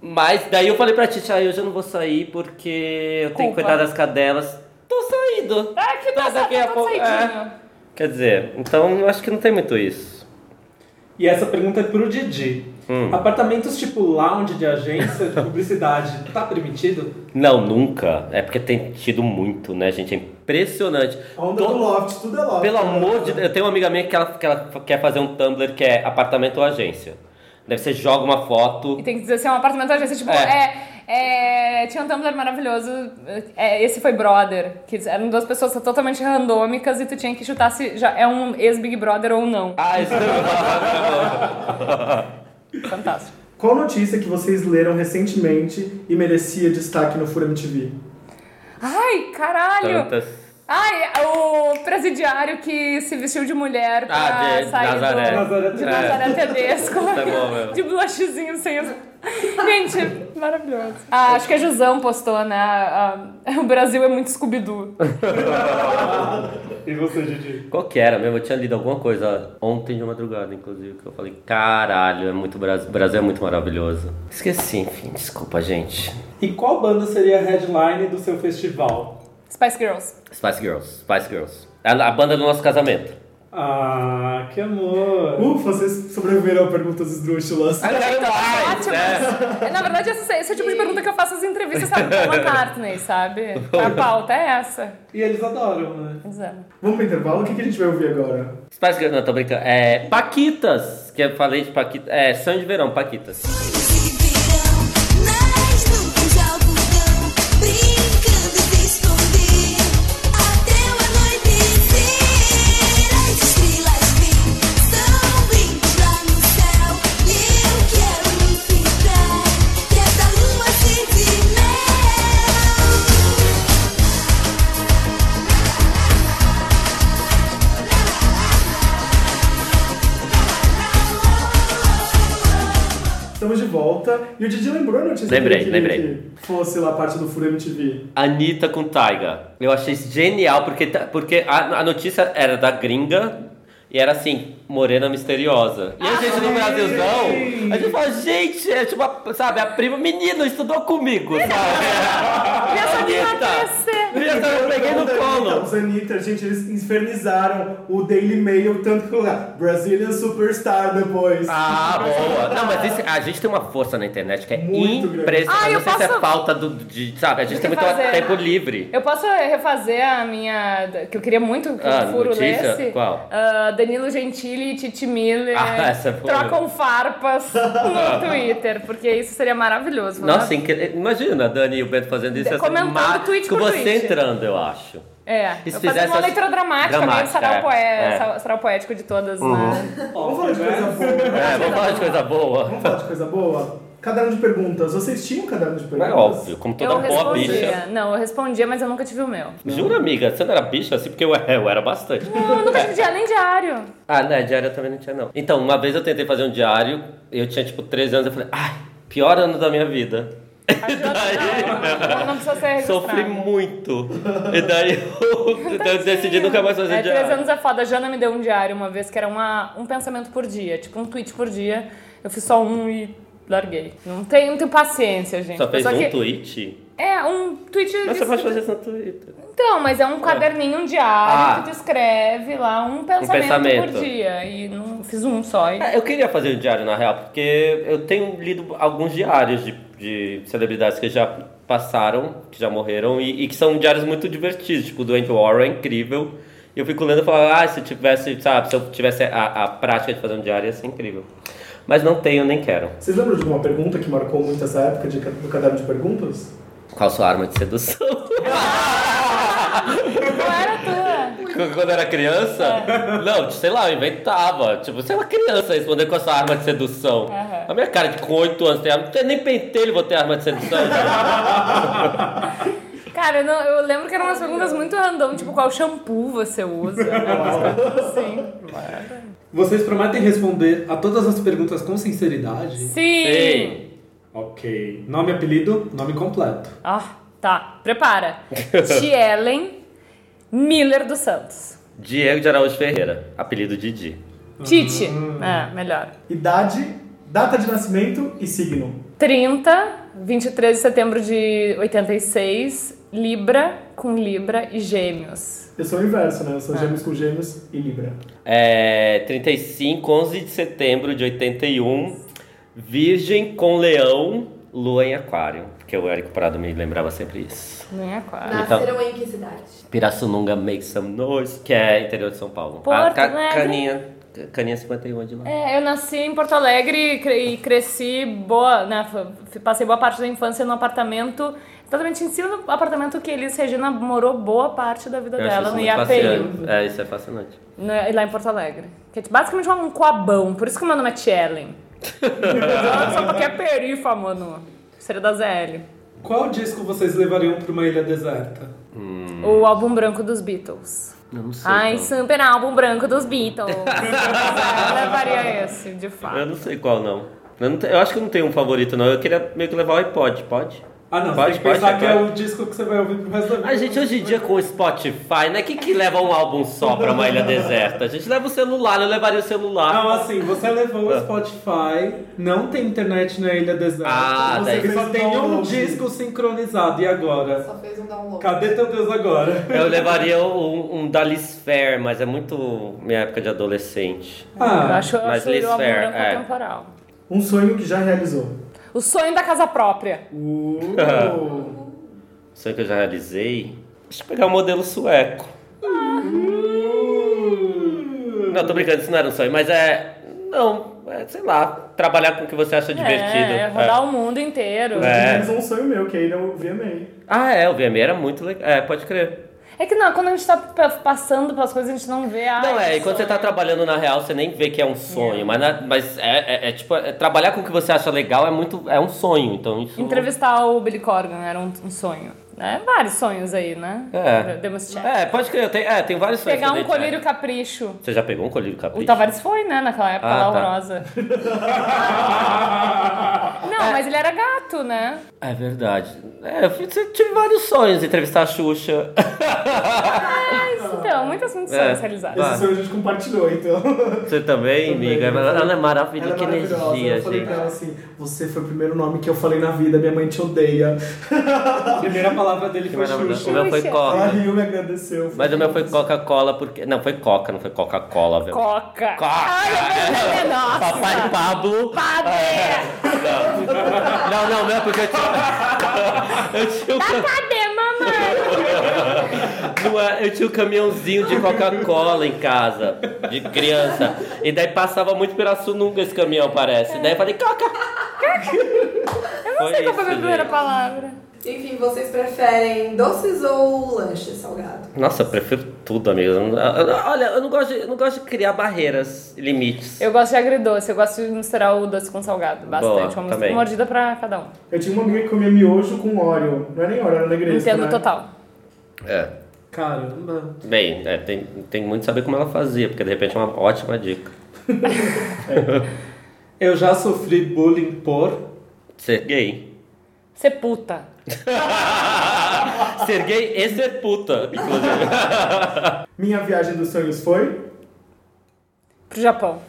[SPEAKER 5] Mas daí eu falei pra Titi, ah, hoje eu não vou sair porque eu tenho
[SPEAKER 4] Culpa.
[SPEAKER 5] que cuidar das cadelas. Tô saindo.
[SPEAKER 4] Ah, que
[SPEAKER 5] Então,
[SPEAKER 4] tá,
[SPEAKER 5] daqui a pouco-
[SPEAKER 4] saidinho.
[SPEAKER 5] Quer dizer, então eu acho que não tem muito isso.
[SPEAKER 2] E essa pergunta é pro Didi. Apartamentos tipo lounge de agência de publicidade, tá permitido?
[SPEAKER 5] Não, nunca. É porque tem tido muito, né, gente? É impressionante.
[SPEAKER 1] A onda
[SPEAKER 5] To-
[SPEAKER 1] do loft, tudo é loft.
[SPEAKER 5] Pelo amor de Deus, eu tenho uma amiga minha que ela, que ela quer fazer um Tumblr que é apartamento ou agência. Deve ser joga uma foto.
[SPEAKER 4] E tem que dizer assim, é um apartamento de agência, tipo, é. é, tinha um Tumblr maravilhoso, é, esse foi Brother, que eram duas pessoas totalmente randômicas e tu tinha que chutar se já é um ex-Big Brother ou não.
[SPEAKER 5] Ah, isso
[SPEAKER 4] Fantástico.
[SPEAKER 1] Qual notícia que vocês leram recentemente e merecia destaque no Fura MTV?
[SPEAKER 4] Ai, caralho!
[SPEAKER 5] Tantas.
[SPEAKER 4] Ai, o presidiário que se vestiu de mulher pra
[SPEAKER 5] Ah, de
[SPEAKER 4] sair
[SPEAKER 5] Nazaré. É.
[SPEAKER 2] Nazaré
[SPEAKER 4] do, de
[SPEAKER 2] Tedesco.
[SPEAKER 4] Nazaré Tedesco.
[SPEAKER 5] Tá bom, meu.
[SPEAKER 4] de blachezinho sem... as- Gente, maravilhoso. Ah, acho que a Jusão postou, né? ah, o Brasil é muito Scooby-Doo.
[SPEAKER 2] E você, Didi?
[SPEAKER 5] Qual que era mesmo? Eu tinha lido alguma coisa ontem de madrugada, inclusive, que eu falei, caralho, é muito Brasil. Brasil é muito maravilhoso. Esqueci, enfim, desculpa, gente.
[SPEAKER 2] E qual banda seria a headline do seu festival?
[SPEAKER 4] Spice Girls.
[SPEAKER 5] Spice Girls, Spice Girls. A, a banda do nosso casamento.
[SPEAKER 2] Ah, que amor!
[SPEAKER 1] Ufa, Uh, vocês sobreviveram a perguntas esdrúxulas.
[SPEAKER 5] Eu quero mais, né?
[SPEAKER 4] Ótimas. Na verdade, esse, esse é o tipo de pergunta que eu faço nas entrevistas, sabe? Com a McCartney, sabe? A pauta é essa.
[SPEAKER 2] E eles adoram, né?
[SPEAKER 4] Exame.
[SPEAKER 1] Vamos pro intervalo? O que que a gente vai ouvir agora?
[SPEAKER 5] Spice Girls, não, tô brincando. É, Paquitas, que eu falei de Paquitas. É, sonho de verão, Paquitas.
[SPEAKER 6] Nós nunca algodão, brincando de esconder. Até o anoitecer, as estrelas vêm, são lindas lá no
[SPEAKER 1] volta. E o Didi lembrou a notícia
[SPEAKER 5] Lembrei,
[SPEAKER 1] que ele queria
[SPEAKER 5] lembrei.
[SPEAKER 1] que fosse lá parte do Furo MTV.
[SPEAKER 5] Anitta com Taiga. Eu achei isso genial, porque, tá- porque a, a notícia era da gringa e era assim, morena misteriosa. E a gente no Brasilzão, a gente fala, gente, é tipo, a- sabe, a prima, menino, estudou comigo, sabe?
[SPEAKER 4] Essa menina
[SPEAKER 5] Anitta.
[SPEAKER 4] crescer.
[SPEAKER 5] Anitta,
[SPEAKER 1] Então,
[SPEAKER 5] eu peguei no colo.
[SPEAKER 1] Os Anitta, gente, eles infernizaram o Daily Mail tanto que lugar. Brazilian Superstar depois.
[SPEAKER 5] Ah, boa. Não, mas isso- a gente tem uma força na internet que é
[SPEAKER 1] Muito grande.
[SPEAKER 5] impressionante.
[SPEAKER 4] Ah, eu
[SPEAKER 5] não sei se é
[SPEAKER 4] posso-
[SPEAKER 5] falta do, de, sabe, a gente
[SPEAKER 4] Do
[SPEAKER 5] tem
[SPEAKER 4] que
[SPEAKER 5] muito
[SPEAKER 4] fazer.
[SPEAKER 5] tempo livre.
[SPEAKER 4] Eu posso refazer a minha. que eu queria muito que
[SPEAKER 5] Ah,
[SPEAKER 4] o furo
[SPEAKER 5] notícia?
[SPEAKER 4] lesse?
[SPEAKER 5] Qual?
[SPEAKER 4] Ah, Danilo Gentili e Titi Miller
[SPEAKER 5] Ah, essa foi-
[SPEAKER 4] trocam farpas no Twitter, porque isso seria maravilhoso.
[SPEAKER 5] Nossa, incri- imagina a Dani e o Bento fazendo isso. assim,
[SPEAKER 4] De- comentando tweet
[SPEAKER 5] Com
[SPEAKER 4] por
[SPEAKER 5] você
[SPEAKER 4] tweet.
[SPEAKER 5] entrando, eu acho.
[SPEAKER 4] É,
[SPEAKER 5] E se
[SPEAKER 4] eu fazer uma
[SPEAKER 5] fizesse-
[SPEAKER 4] leitura dramática, meio
[SPEAKER 5] dramática,
[SPEAKER 4] sarau,
[SPEAKER 5] é,
[SPEAKER 4] poé-
[SPEAKER 5] é. Uhum.
[SPEAKER 4] sa- sarau poético de todas, né?
[SPEAKER 1] Vamos falar de coisa boa.
[SPEAKER 5] É, vamos falar de coisa boa.
[SPEAKER 1] Vamos falar de coisa boa? Caderno de perguntas. Vocês tinham caderno de perguntas?
[SPEAKER 5] É óbvio, como toda
[SPEAKER 4] eu
[SPEAKER 5] boa
[SPEAKER 4] respondia.
[SPEAKER 5] bicha.
[SPEAKER 4] Não, eu respondia, mas eu nunca tive o meu.
[SPEAKER 5] Jura, amiga? Você não era bicha assim? Porque eu, eu era bastante.
[SPEAKER 4] Não, eu
[SPEAKER 5] É.
[SPEAKER 4] nunca tive diário, nem diário.
[SPEAKER 5] Ah, né? Diário eu também não tinha, não. Então, uma vez eu tentei fazer um diário, eu tinha tipo 13 anos, eu falei, ai, pior ano da minha vida. E daí.
[SPEAKER 4] Não, não precisa ser registrado.
[SPEAKER 5] Sofri muito. E daí eu, então eu decidi nunca mais fazer
[SPEAKER 4] É, três
[SPEAKER 5] diário.
[SPEAKER 4] anos é foda. A Jana me deu um diário uma vez, que era uma, um pensamento por dia, tipo um tweet por dia. Eu fiz só um e larguei. Não tenho, não tenho paciência, gente.
[SPEAKER 5] Só fez
[SPEAKER 4] Pessoa
[SPEAKER 5] um
[SPEAKER 4] que-
[SPEAKER 5] tweet?
[SPEAKER 4] É, um tweet...
[SPEAKER 5] Mas
[SPEAKER 4] de-
[SPEAKER 5] você pode fazer isso no Twitter.
[SPEAKER 4] Então, mas é um caderninho, um diário,
[SPEAKER 5] Ah.
[SPEAKER 4] que tu escreve lá um pensamento,
[SPEAKER 5] pensamento.
[SPEAKER 4] por dia. E não fiz um só. E...
[SPEAKER 5] É, Eu queria fazer um diário, na real, porque eu tenho lido alguns diários de, de celebridades que já passaram, que já morreram, e, e que são diários muito divertidos, tipo o do Andy Warren, incrível. E eu fico lendo e falo, ah, se eu tivesse, sabe, se eu tivesse a, a prática de fazer um diário, ia ser incrível. Mas não tenho, nem quero.
[SPEAKER 1] Vocês lembram de uma pergunta que marcou muito essa época de, do caderno de perguntas?
[SPEAKER 5] Qual sua arma de sedução?
[SPEAKER 4] Não era tua.
[SPEAKER 5] Qu- Quando eu era criança? Não, sei lá, eu inventava. Tipo, você é uma criança responder com essa arma de sedução. A minha cara de com 8 anos tem arma. Nem pentelho vou ter arma de sedução.
[SPEAKER 4] Cara, eu, não- eu lembro que eram umas perguntas muito random, tipo qual shampoo você usa. Sim.
[SPEAKER 2] Vocês prometem responder a todas as perguntas com sinceridade?
[SPEAKER 4] Sim.
[SPEAKER 5] Sim.
[SPEAKER 2] Ok. Nome, apelido, nome completo.
[SPEAKER 4] Ah, tá. Prepara. Tielen Miller dos Santos.
[SPEAKER 5] Diego de Araújo Ferreira, apelido Didi.
[SPEAKER 4] Tite.
[SPEAKER 5] Hum.
[SPEAKER 4] É, melhor.
[SPEAKER 1] Idade, data de nascimento e signo.
[SPEAKER 4] 30, 23 de setembro de 86, Libra com Libra e Gêmeos.
[SPEAKER 1] Eu sou o inverso, né? Eu sou gêmeos com gêmeos e Libra.
[SPEAKER 5] É, 35, 11 de setembro de 81, Virgem com Leão, Lua em Aquário. Porque o Érico Prado me lembrava sempre isso.
[SPEAKER 4] Não é aquário.
[SPEAKER 3] Nasceram em que cidade?
[SPEAKER 5] Pirassununga Make Some Noise, que é interior de São Paulo.
[SPEAKER 4] Porto
[SPEAKER 5] Ah, ca-
[SPEAKER 4] Alegre.
[SPEAKER 5] caninha, caninha 51 de lá.
[SPEAKER 4] É, eu nasci em Porto Alegre e cre- e cresci boa, né? f- f- Passei boa parte da infância num apartamento, exatamente em cima do apartamento que Elis Regina morou boa parte da vida
[SPEAKER 5] Eu acho
[SPEAKER 4] dela,
[SPEAKER 5] isso
[SPEAKER 4] no
[SPEAKER 5] muito
[SPEAKER 4] IAPI.
[SPEAKER 5] fascinante. É, isso é fascinante.
[SPEAKER 4] né, lá em Porto Alegre. Que é basicamente um coabão, por isso que o meu nome é Tchellen. Só porque é perifa, mano. Seria da ZL.
[SPEAKER 2] Qual disco vocês levariam pra uma ilha deserta?
[SPEAKER 4] O álbum branco dos Beatles.
[SPEAKER 5] Hum. Eu não sei. então.
[SPEAKER 4] Ai,
[SPEAKER 5] qual.
[SPEAKER 4] super álbum branco dos Beatles. Eu levaria esse, de
[SPEAKER 5] Eu
[SPEAKER 4] fato.
[SPEAKER 5] não sei qual, não. Eu, não te- eu acho que eu não tenho um favorito, não. Eu queria meio que levar o iPod, pode?
[SPEAKER 2] Ah, não,
[SPEAKER 5] Pode,
[SPEAKER 2] você tem que pensar
[SPEAKER 5] pode,
[SPEAKER 2] que
[SPEAKER 5] pode.
[SPEAKER 2] é o disco que você vai ouvir pro resto da vida.
[SPEAKER 5] A gente hoje em dia com o Spotify, né? Quem que leva um álbum só pra uma ilha deserta? A gente leva o celular, eu levaria o
[SPEAKER 2] Não,
[SPEAKER 5] celular.
[SPEAKER 2] assim, você levou o Spotify, não tem internet na Ilha Deserta,
[SPEAKER 5] Ah,
[SPEAKER 2] você
[SPEAKER 5] daí-
[SPEAKER 2] só tem um
[SPEAKER 1] Download.
[SPEAKER 2] disco sincronizado, e agora?
[SPEAKER 3] Só fez um download.
[SPEAKER 2] Cadê teu Deus agora?
[SPEAKER 5] Eu levaria um, um da Liz Fair, mas é muito minha época de adolescente.
[SPEAKER 4] Eu
[SPEAKER 2] Ah,
[SPEAKER 4] acho, eu
[SPEAKER 5] Mas
[SPEAKER 4] acho ele o álbum
[SPEAKER 5] Lisfair,
[SPEAKER 4] branco
[SPEAKER 5] é.
[SPEAKER 4] temporal.
[SPEAKER 1] Um sonho que já realizou.
[SPEAKER 4] O sonho da casa própria.
[SPEAKER 1] Uh,
[SPEAKER 5] Só que eu já realizei. Deixa eu pegar o modelo sueco. Não, tô brincando, isso não era um sonho, mas é. Não, é, sei lá, trabalhar com o que você acha divertido.
[SPEAKER 4] É, rodar o mundo inteiro.
[SPEAKER 5] É.
[SPEAKER 1] é realizou um sonho meu, que aí eu VMA.
[SPEAKER 5] Ah, é, o VMA era muito legal. É, pode crer.
[SPEAKER 4] É que não, quando a gente tá p- passando pelas coisas, a gente não vê a.
[SPEAKER 5] Não, é, e
[SPEAKER 4] isso,
[SPEAKER 5] quando você tá
[SPEAKER 4] né?
[SPEAKER 5] trabalhando na real, você nem vê que é um sonho. Mas, na- mas é, é- é tipo, é- trabalhar com o que você acha legal é muito. É um sonho, então isso.
[SPEAKER 4] Entrevistar o Billy Corgan era um, um sonho. Né? Vários sonhos aí, né?
[SPEAKER 5] É.
[SPEAKER 4] Demos check.
[SPEAKER 5] É, pode crer, tem, é, tem vários sonhos.
[SPEAKER 4] Pegar
[SPEAKER 5] que eu
[SPEAKER 4] um
[SPEAKER 5] dei check.
[SPEAKER 4] colírio capricho.
[SPEAKER 5] Você já pegou um colírio capricho?
[SPEAKER 4] O Tavares foi, né, naquela época
[SPEAKER 5] Ah,
[SPEAKER 4] lá
[SPEAKER 5] tá.
[SPEAKER 4] horrorosa.
[SPEAKER 2] Ah.
[SPEAKER 4] Não, mas ele era gato, né?
[SPEAKER 5] É verdade. É, eu fiz- eu tive vários sonhos, entrevistar a Xuxa.
[SPEAKER 4] Mas então, muitas muitos
[SPEAKER 5] É.
[SPEAKER 4] sonhos realizados.
[SPEAKER 5] Ah.
[SPEAKER 1] Esse sonho a gente compartilhou, então.
[SPEAKER 5] Você também,
[SPEAKER 1] Também,
[SPEAKER 5] amiga?
[SPEAKER 1] eu falei-
[SPEAKER 5] Ela é maravilhosa,
[SPEAKER 1] ela é
[SPEAKER 5] que
[SPEAKER 1] maravilhosa.
[SPEAKER 5] energia,
[SPEAKER 1] Eu falei pra
[SPEAKER 5] gente.
[SPEAKER 1] ela assim: você foi o primeiro nome que eu falei na vida, minha mãe te odeia.
[SPEAKER 2] A primeira palavra dele
[SPEAKER 5] Que
[SPEAKER 2] foi
[SPEAKER 5] maravilhosa. O
[SPEAKER 2] Xuxa.
[SPEAKER 5] meu foi
[SPEAKER 4] Xuxa.
[SPEAKER 1] Ela
[SPEAKER 5] Coca.
[SPEAKER 1] riu, me agradeceu.
[SPEAKER 5] Mas o meu foi Coca-Cola, porque. Não, foi Coca, não foi Coca-Cola, velho.
[SPEAKER 4] Coca.
[SPEAKER 5] Coca.
[SPEAKER 4] Ai, meu Deus, é nossa.
[SPEAKER 5] Papai É. Pablo.
[SPEAKER 4] Padê!
[SPEAKER 5] Não, não, não, porque eu tinha, eu tinha,
[SPEAKER 4] Tá
[SPEAKER 5] um,
[SPEAKER 4] padê, mamãe!
[SPEAKER 5] ca- não é, eu tinha um caminhãozinho de Coca-Cola em casa, de criança. E daí passava muito pela Sununga esse caminhão, parece. Daí eu falei, Coca!
[SPEAKER 4] Eu não
[SPEAKER 5] Foi
[SPEAKER 4] sei qual foi a minha
[SPEAKER 5] isso,
[SPEAKER 4] primeira
[SPEAKER 5] gente.
[SPEAKER 4] palavra.
[SPEAKER 3] Enfim, vocês preferem doces ou lanche salgado?
[SPEAKER 5] Nossa, eu prefiro tudo, amigo. Eu não- eu- eu- Olha, eu não gosto de, eu não gosto de criar barreiras, limites.
[SPEAKER 4] Eu gosto de agridoce, eu gosto de misturar o doce com o salgado, bastante.
[SPEAKER 5] Boa,
[SPEAKER 4] uma
[SPEAKER 5] também.
[SPEAKER 4] mistura- mordida pra cada um.
[SPEAKER 1] Eu tinha uma amiga que comia miojo com óleo. Não é nem óleo, era negresco.
[SPEAKER 4] Entendo
[SPEAKER 1] né?
[SPEAKER 4] total.
[SPEAKER 5] É.
[SPEAKER 2] Caramba.
[SPEAKER 5] Bem, é, tem, tem muito saber como ela fazia, porque de repente é uma ótima dica.
[SPEAKER 2] Eu já sofri bullying por.
[SPEAKER 5] Ser gay.
[SPEAKER 4] Ser puta.
[SPEAKER 5] ser gay e ser puta, inclusive.
[SPEAKER 1] Minha viagem dos sonhos foi.
[SPEAKER 4] Pro Japão.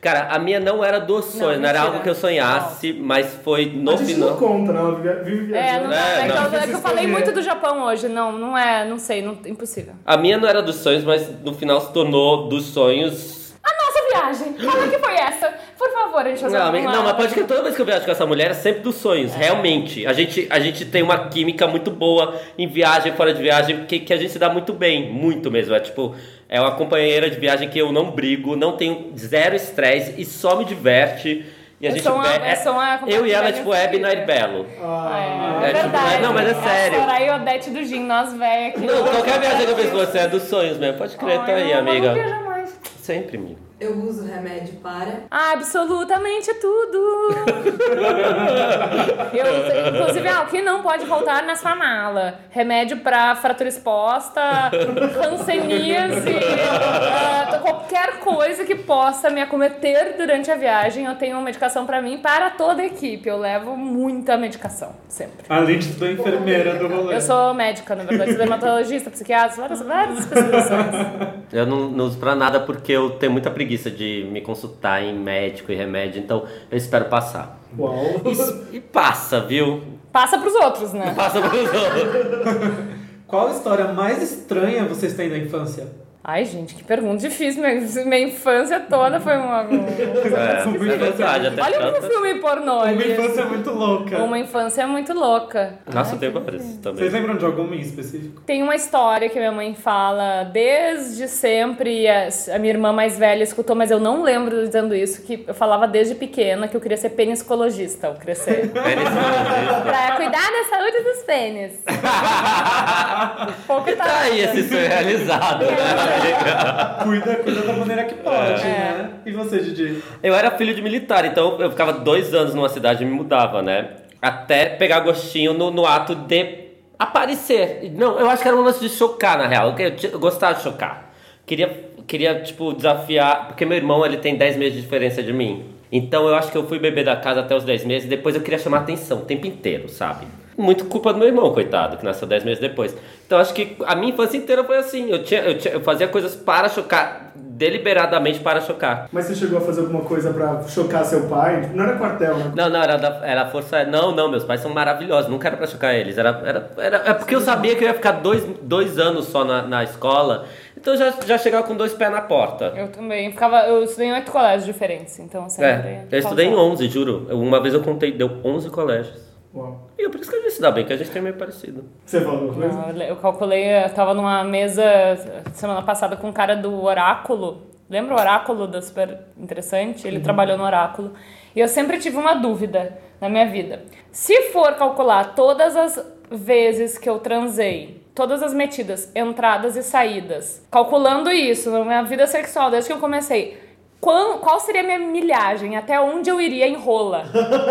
[SPEAKER 5] Cara, a minha não era do sonho, não, era
[SPEAKER 4] mentira.
[SPEAKER 5] algo que eu sonhasse, mas foi no
[SPEAKER 1] a gente não
[SPEAKER 5] final.
[SPEAKER 1] conta, não. Vive vive
[SPEAKER 4] É,
[SPEAKER 1] viajando.
[SPEAKER 4] não,
[SPEAKER 5] É,
[SPEAKER 4] dá. é, que
[SPEAKER 5] não.
[SPEAKER 4] eu- é que eu falei muito do Japão hoje. Não, não é, não sei, não, impossível.
[SPEAKER 5] A minha não era dos sonhos, mas no final se tornou dos sonhos.
[SPEAKER 4] A nossa viagem! Como é que foi essa? Por favor, a gente vai fazer
[SPEAKER 5] Não,
[SPEAKER 4] É,
[SPEAKER 5] amiga,
[SPEAKER 4] uma-
[SPEAKER 5] não, mas pode que toda vez que eu viajo com essa mulher é sempre dos sonhos, realmente. A gente, a gente tem uma química muito boa em viagem, fora de viagem, que, que a gente se dá muito bem, muito mesmo. É tipo, é uma companheira de viagem que eu não brigo, não tenho zero estresse e só me diverte. E a
[SPEAKER 4] Eu
[SPEAKER 5] gente
[SPEAKER 4] sou uma-
[SPEAKER 5] be-
[SPEAKER 4] eu sou uma
[SPEAKER 5] Eu e ela,
[SPEAKER 4] companheira
[SPEAKER 5] tipo, Hebe e Nair
[SPEAKER 4] incrível.
[SPEAKER 5] Belo.
[SPEAKER 1] Ah,
[SPEAKER 4] É,
[SPEAKER 5] É, tipo,
[SPEAKER 4] verdade.
[SPEAKER 5] não, mas é sério.
[SPEAKER 4] A Soraya e a Odete do Gin, nós véia aqui.
[SPEAKER 5] Não, qualquer viagem que eu fiz com você é dos sonhos mesmo. Pode crer, tá aí, amiga. Sempre, amiga.
[SPEAKER 3] Eu uso remédio para.
[SPEAKER 4] Absolutamente tudo! Eu- inclusive, ah, o que não pode faltar na sua mala? Remédio pra fratura exposta, hanseníase, ah, qualquer coisa que possa me acometer durante a viagem, eu tenho medicação pra mim, para toda a equipe. Eu levo muita medicação, sempre.
[SPEAKER 2] Além de tudo, a enfermeira do rolê.
[SPEAKER 4] Eu sou médica, na verdade, sou dermatologista, psiquiatra, várias, várias especializações.
[SPEAKER 5] Eu não, não uso pra nada porque eu tenho muita preguiça de me consultar em médico e remédio, então eu espero passar.
[SPEAKER 1] uau.
[SPEAKER 5] E passa, viu?
[SPEAKER 4] Passa pros outros, né?
[SPEAKER 5] Passa pros outros.
[SPEAKER 2] Qual a história mais estranha vocês têm da infância?
[SPEAKER 4] Ai, gente, que pergunta difícil. Minha, minha infância toda foi uma. um
[SPEAKER 5] É, é verdade, até
[SPEAKER 4] Olha um
[SPEAKER 5] tanto.
[SPEAKER 4] filme pornô
[SPEAKER 2] Uma
[SPEAKER 4] ali.
[SPEAKER 2] infância muito louca.
[SPEAKER 4] Uma infância muito louca.
[SPEAKER 5] Nossa, eu tenho vários também.
[SPEAKER 2] Vocês lembram de alguma em específico?
[SPEAKER 4] Tem uma história que minha mãe fala desde sempre. A, a minha irmã mais velha escutou, mas eu não lembro dizendo isso. Que eu falava desde pequena que eu queria ser penicologista ao crescer.
[SPEAKER 5] Pênis.
[SPEAKER 4] pra cuidar da saúde dos pênis. Pouco
[SPEAKER 5] E tá aí esse sonho realizado, né?
[SPEAKER 2] Cuida, cuida da maneira
[SPEAKER 5] É.
[SPEAKER 2] que pode,
[SPEAKER 4] É.
[SPEAKER 2] né? E você, Didi?
[SPEAKER 5] Eu era filho de militar, então eu ficava dois anos numa cidade e me mudava, né? Até pegar gostinho no, no ato de aparecer. Não, eu acho que era um lance de chocar, na real. Eu, eu gostava de chocar. Queria, queria, tipo, desafiar. Porque meu irmão, ele tem 10 meses de diferença de mim. Então eu acho que eu fui bebê da casa até os 10 meses. Depois eu queria chamar atenção o tempo inteiro, sabe? Muito culpa do meu irmão, coitado, que nasceu 10 meses depois. Então acho que a minha infância inteira foi assim. Eu, tinha, eu, tinha, eu fazia coisas para chocar, deliberadamente para chocar.
[SPEAKER 1] Mas você chegou a fazer alguma coisa pra chocar seu pai? Não era quartel, né?
[SPEAKER 5] Não, não, era, da, era a força aérea. Não, não, meus pais são maravilhosos, nunca era pra chocar eles. Era, era, era, é porque eu sabia que eu ia ficar dois, dois anos só na, na escola, então eu já, já chegava com dois pés na porta.
[SPEAKER 4] Eu também ficava. Eu estudei em oito colégios diferentes, então sempre.
[SPEAKER 5] É, eu estudei em 11, juro. Uma vez eu contei, deu 11 colégios.
[SPEAKER 1] Uau.
[SPEAKER 5] E é por isso que a gente se dá bem, que a gente tem meio parecido.
[SPEAKER 1] Você falou coisa?
[SPEAKER 4] Não, Eu calculei, eu tava numa mesa eh, semana passada com um cara do Oráculo. Lembra o Oráculo da Super Interessante? Ele trabalhou no Oráculo. E eu sempre tive uma dúvida na minha vida. Se for calcular todas as vezes que eu transei todas as metidas, entradas e saídas, calculando isso na minha vida sexual, desde que eu comecei. Qual, qual seria a minha milhagem? Até onde eu iria em rola?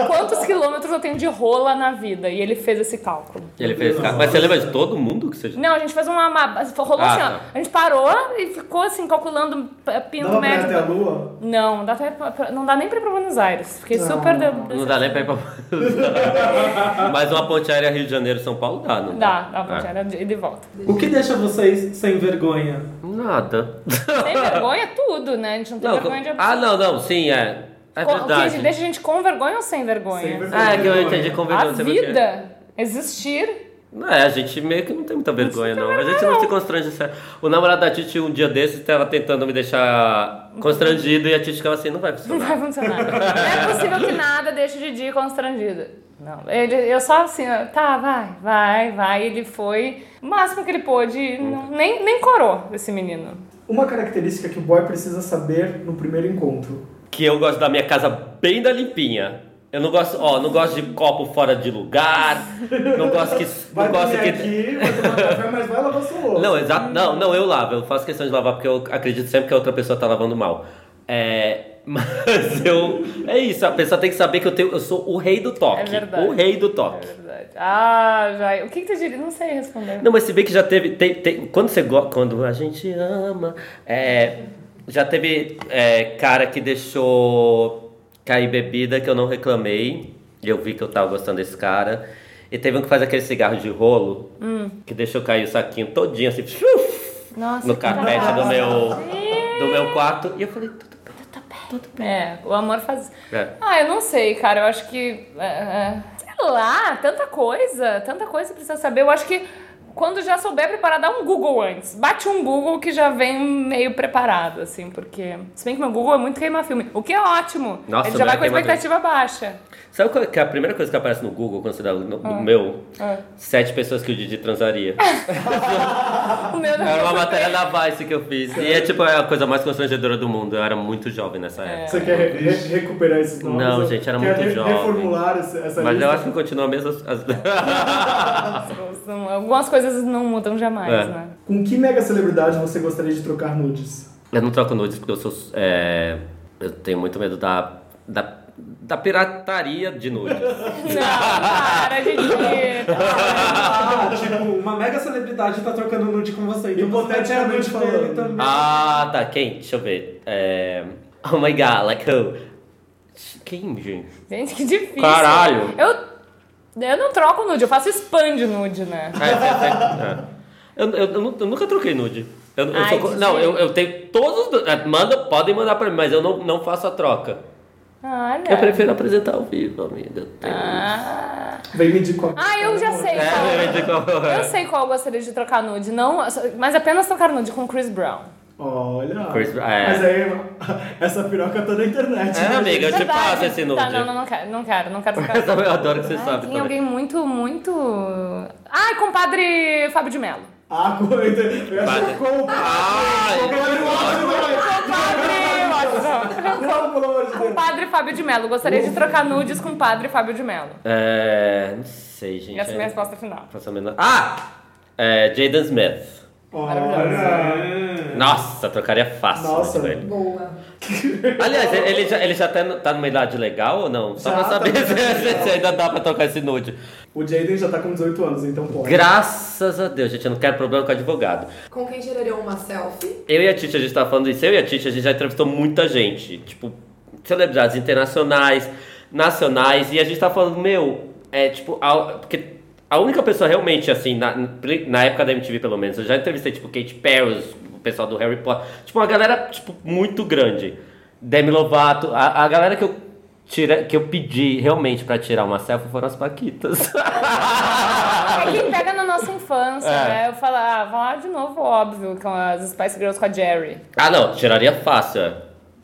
[SPEAKER 4] Quantos quilômetros eu tenho de rola na vida? E ele fez esse cálculo.
[SPEAKER 5] Ele fez cara. Mas você lembra de todo mundo que você.
[SPEAKER 4] Não, a gente fez uma. uma rolou
[SPEAKER 5] Ah,
[SPEAKER 4] assim, ó.
[SPEAKER 5] tá.
[SPEAKER 4] A gente parou e ficou assim, calculando p- pinto
[SPEAKER 1] Dava pra ir
[SPEAKER 4] médio.
[SPEAKER 1] até a lua?
[SPEAKER 4] Não, não dá, até pra- pra- não dá nem pra ir pra Buenos Aires. Fiquei super. de-
[SPEAKER 5] Não dá nem pra ir pra. Mas uma ponte aérea Rio de Janeiro São Paulo dá, não
[SPEAKER 4] Dá,
[SPEAKER 5] dá?
[SPEAKER 4] dá pra tirar de, de volta.
[SPEAKER 2] O que deixa vocês sem vergonha?
[SPEAKER 5] É. Nada.
[SPEAKER 4] Sem vergonha, tudo, né? A gente não tem
[SPEAKER 5] Não,
[SPEAKER 4] vergonha de
[SPEAKER 5] ah, não, não, sim, é. É
[SPEAKER 4] Com- O
[SPEAKER 5] verdade.
[SPEAKER 4] que deixa a gente com vergonha ou sem vergonha?
[SPEAKER 1] Sem vergonha.
[SPEAKER 5] Ah, é que eu entendi com vergonha.
[SPEAKER 4] A
[SPEAKER 5] não sei por quê.
[SPEAKER 4] vida, existir.
[SPEAKER 5] Não, é, a gente meio que não tem muita vergonha, não. A gente não se constrange. sério. O namorado da Titi, um dia desses, estava tentando me deixar constrangido e a Titi ficava assim, não vai
[SPEAKER 4] Não
[SPEAKER 5] funcionar.
[SPEAKER 4] vai funcionar. Não é possível que nada deixe o Didi constrangido. Não, ele, eu só assim, ó, tá, vai, vai, vai. Ele foi o máximo que ele pôde, e não-
[SPEAKER 5] Uhum.
[SPEAKER 4] nem, nem corou esse menino.
[SPEAKER 1] Uma característica que o boy precisa saber no primeiro encontro.
[SPEAKER 5] Que eu gosto da minha casa bem da limpinha. Eu não gosto, ó, não gosto de copo fora de lugar, não gosto que...
[SPEAKER 1] Vai
[SPEAKER 5] não gosto
[SPEAKER 1] dormir
[SPEAKER 5] que...
[SPEAKER 1] aqui, vai tomar café, mas vai lavar sua louça.
[SPEAKER 5] Não, exato. Não, não, eu lavo. Eu faço questão de lavar porque eu acredito sempre que a outra pessoa tá lavando mal. É, mas eu. É isso, a pessoa tem que saber que eu, tenho, eu sou o rei do toque.
[SPEAKER 4] É verdade.
[SPEAKER 5] O rei do
[SPEAKER 4] É
[SPEAKER 5] toque.
[SPEAKER 4] verdade. Ah, já. O que, que tu diria? Não sei responder.
[SPEAKER 5] Não, mas se bem que já teve. tem- tem- quando você go- Quando a gente ama. é, já teve é, cara que deixou cair bebida que eu não reclamei. E eu vi que eu tava gostando desse cara. E teve um que faz aquele cigarro de rolo que deixou cair o saquinho todinho, assim,
[SPEAKER 4] Hum. Nossa,
[SPEAKER 5] no
[SPEAKER 4] que
[SPEAKER 5] carpete do
[SPEAKER 4] babado.
[SPEAKER 5] meu, do meu quarto. E eu falei, tudo bem.
[SPEAKER 4] É, o amor faz.
[SPEAKER 5] É.
[SPEAKER 4] Ah, eu não sei, cara. Eu acho que. é, é, sei lá, tanta coisa, tanta coisa precisa saber. Eu acho que quando já souber preparar, dá um Google antes. Bate um Google que já vem meio preparado, assim, porque. Se bem que meu Google é muito queima-filme, o que é ótimo.
[SPEAKER 5] Nossa, né,
[SPEAKER 4] Ele já vai com
[SPEAKER 5] meu
[SPEAKER 4] a
[SPEAKER 5] queima-filme.
[SPEAKER 4] expectativa baixa.
[SPEAKER 5] Sabe qual é que é a primeira coisa que aparece no Google quando você dá o no-
[SPEAKER 4] Ah.
[SPEAKER 5] no meu? Sete pessoas que o Didi transaria. Ah,
[SPEAKER 4] O meu é não
[SPEAKER 5] Era uma matéria da Vice que eu fiz. E é tipo a coisa mais constrangedora do mundo. Eu era muito jovem nessa época.
[SPEAKER 1] Você quer re- re- recuperar esses nomes?
[SPEAKER 5] Não, gente, era
[SPEAKER 1] Quer
[SPEAKER 5] muito
[SPEAKER 1] re-
[SPEAKER 5] jovem.
[SPEAKER 1] reformular essa, essa
[SPEAKER 5] Mas
[SPEAKER 1] lista?
[SPEAKER 5] eu acho que continua mesmo as... as-
[SPEAKER 4] São- Algumas coisas não mudam jamais,
[SPEAKER 5] É.
[SPEAKER 4] né?
[SPEAKER 1] Com que mega celebridade você gostaria de trocar nudes?
[SPEAKER 5] eu não troco nudes porque eu sou... é, eu tenho muito medo da... da da pirataria de nudes.
[SPEAKER 4] Não, para, gente.
[SPEAKER 2] Ah, tipo, uma mega celebridade tá trocando nude com você. Então
[SPEAKER 1] Hipoteticamente
[SPEAKER 2] você vai tirar nude dele
[SPEAKER 1] falando.
[SPEAKER 2] também.
[SPEAKER 5] ah, tá. Quem? Deixa eu ver. É... Oh my god, like who? Quem, gente?
[SPEAKER 4] Gente, que difícil.
[SPEAKER 5] Caralho.
[SPEAKER 4] Eu, eu não troco nude, eu faço spam de nude, né?
[SPEAKER 5] Ah, é, é, é. Eu, eu, eu nu- eu nunca troquei nude. Eu, eu
[SPEAKER 4] Ai,
[SPEAKER 5] sou co-
[SPEAKER 4] Didi.
[SPEAKER 5] não, eu, eu tenho todos os. do- é, Manda, podem mandar pra mim, mas eu não, não faço a troca.
[SPEAKER 4] Olha.
[SPEAKER 5] Eu prefiro apresentar ao vivo, amiga. Ah,
[SPEAKER 4] Ah,
[SPEAKER 1] Vem medir com a...
[SPEAKER 4] Ah, eu já sei
[SPEAKER 5] É,
[SPEAKER 4] qual. Eu sei qual eu gostaria de trocar nude, não, mas apenas trocar nude com Chris Brown.
[SPEAKER 1] Olha.
[SPEAKER 5] Chris- é.
[SPEAKER 1] Mas aí, essa piroca tá na internet.
[SPEAKER 5] É,
[SPEAKER 1] né,
[SPEAKER 5] amiga, eu te
[SPEAKER 4] Verdade.
[SPEAKER 5] passo esse nude.
[SPEAKER 4] Tá, não, não, não quero, não quero, não quero trocar.
[SPEAKER 5] Eu adoro que você
[SPEAKER 4] é Ai,
[SPEAKER 5] sabe
[SPEAKER 4] tem
[SPEAKER 5] também.
[SPEAKER 4] alguém muito, muito. Ai, compadre Fábio de Mello.
[SPEAKER 1] Ah, com... eu acho que
[SPEAKER 5] Padre.
[SPEAKER 1] com...
[SPEAKER 5] Ai,
[SPEAKER 4] Compadre.
[SPEAKER 1] Não, pelo amor de Deus.
[SPEAKER 4] Compadre Fábio de Mello. Gostaria de trocar nudes com o padre Fábio de Mello.
[SPEAKER 5] é. Não sei, gente.
[SPEAKER 4] Essa é a minha
[SPEAKER 5] é,
[SPEAKER 4] resposta final.
[SPEAKER 5] faço a menor- Ah! É, Jaden Smith.
[SPEAKER 1] Olha.
[SPEAKER 5] Nossa, trocaria fácil
[SPEAKER 1] Nossa.
[SPEAKER 5] com ele.
[SPEAKER 3] Boa.
[SPEAKER 5] Aliás, ele já, ele já tá, tá numa idade legal ou não? Só
[SPEAKER 1] Já,
[SPEAKER 5] pra
[SPEAKER 1] tá
[SPEAKER 5] saber
[SPEAKER 1] numa
[SPEAKER 5] se,
[SPEAKER 1] idade
[SPEAKER 5] se-
[SPEAKER 1] legal.
[SPEAKER 5] se ainda dá pra trocar esse nude.
[SPEAKER 1] O Jaden já tá com 18 anos, então pode.
[SPEAKER 5] Graças a Deus, gente, eu não quero problema com advogado.
[SPEAKER 3] Com quem tiraria uma selfie?
[SPEAKER 5] Eu e a Titi, a gente tava falando isso, eu e a Titi, a gente já entrevistou muita gente. Tipo, celebridades internacionais, nacionais, e a gente tava falando, meu, é tipo, a, porque a única pessoa realmente, assim, na, na época da MTV pelo menos, eu já entrevistei, tipo, Kate Perry, o pessoal do Harry Potter, tipo, uma galera, tipo, muito grande. Demi Lovato, a, a galera que eu, tira, que eu pedi realmente pra tirar uma selfie foram as Paquitas.
[SPEAKER 4] É que pega na nossa infância,
[SPEAKER 5] Ah. É.
[SPEAKER 4] né? Eu falo, ah, vou lá de novo, óbvio, com as Spice Girls com a Jerry.
[SPEAKER 5] Ah, não, tiraria fácil, é.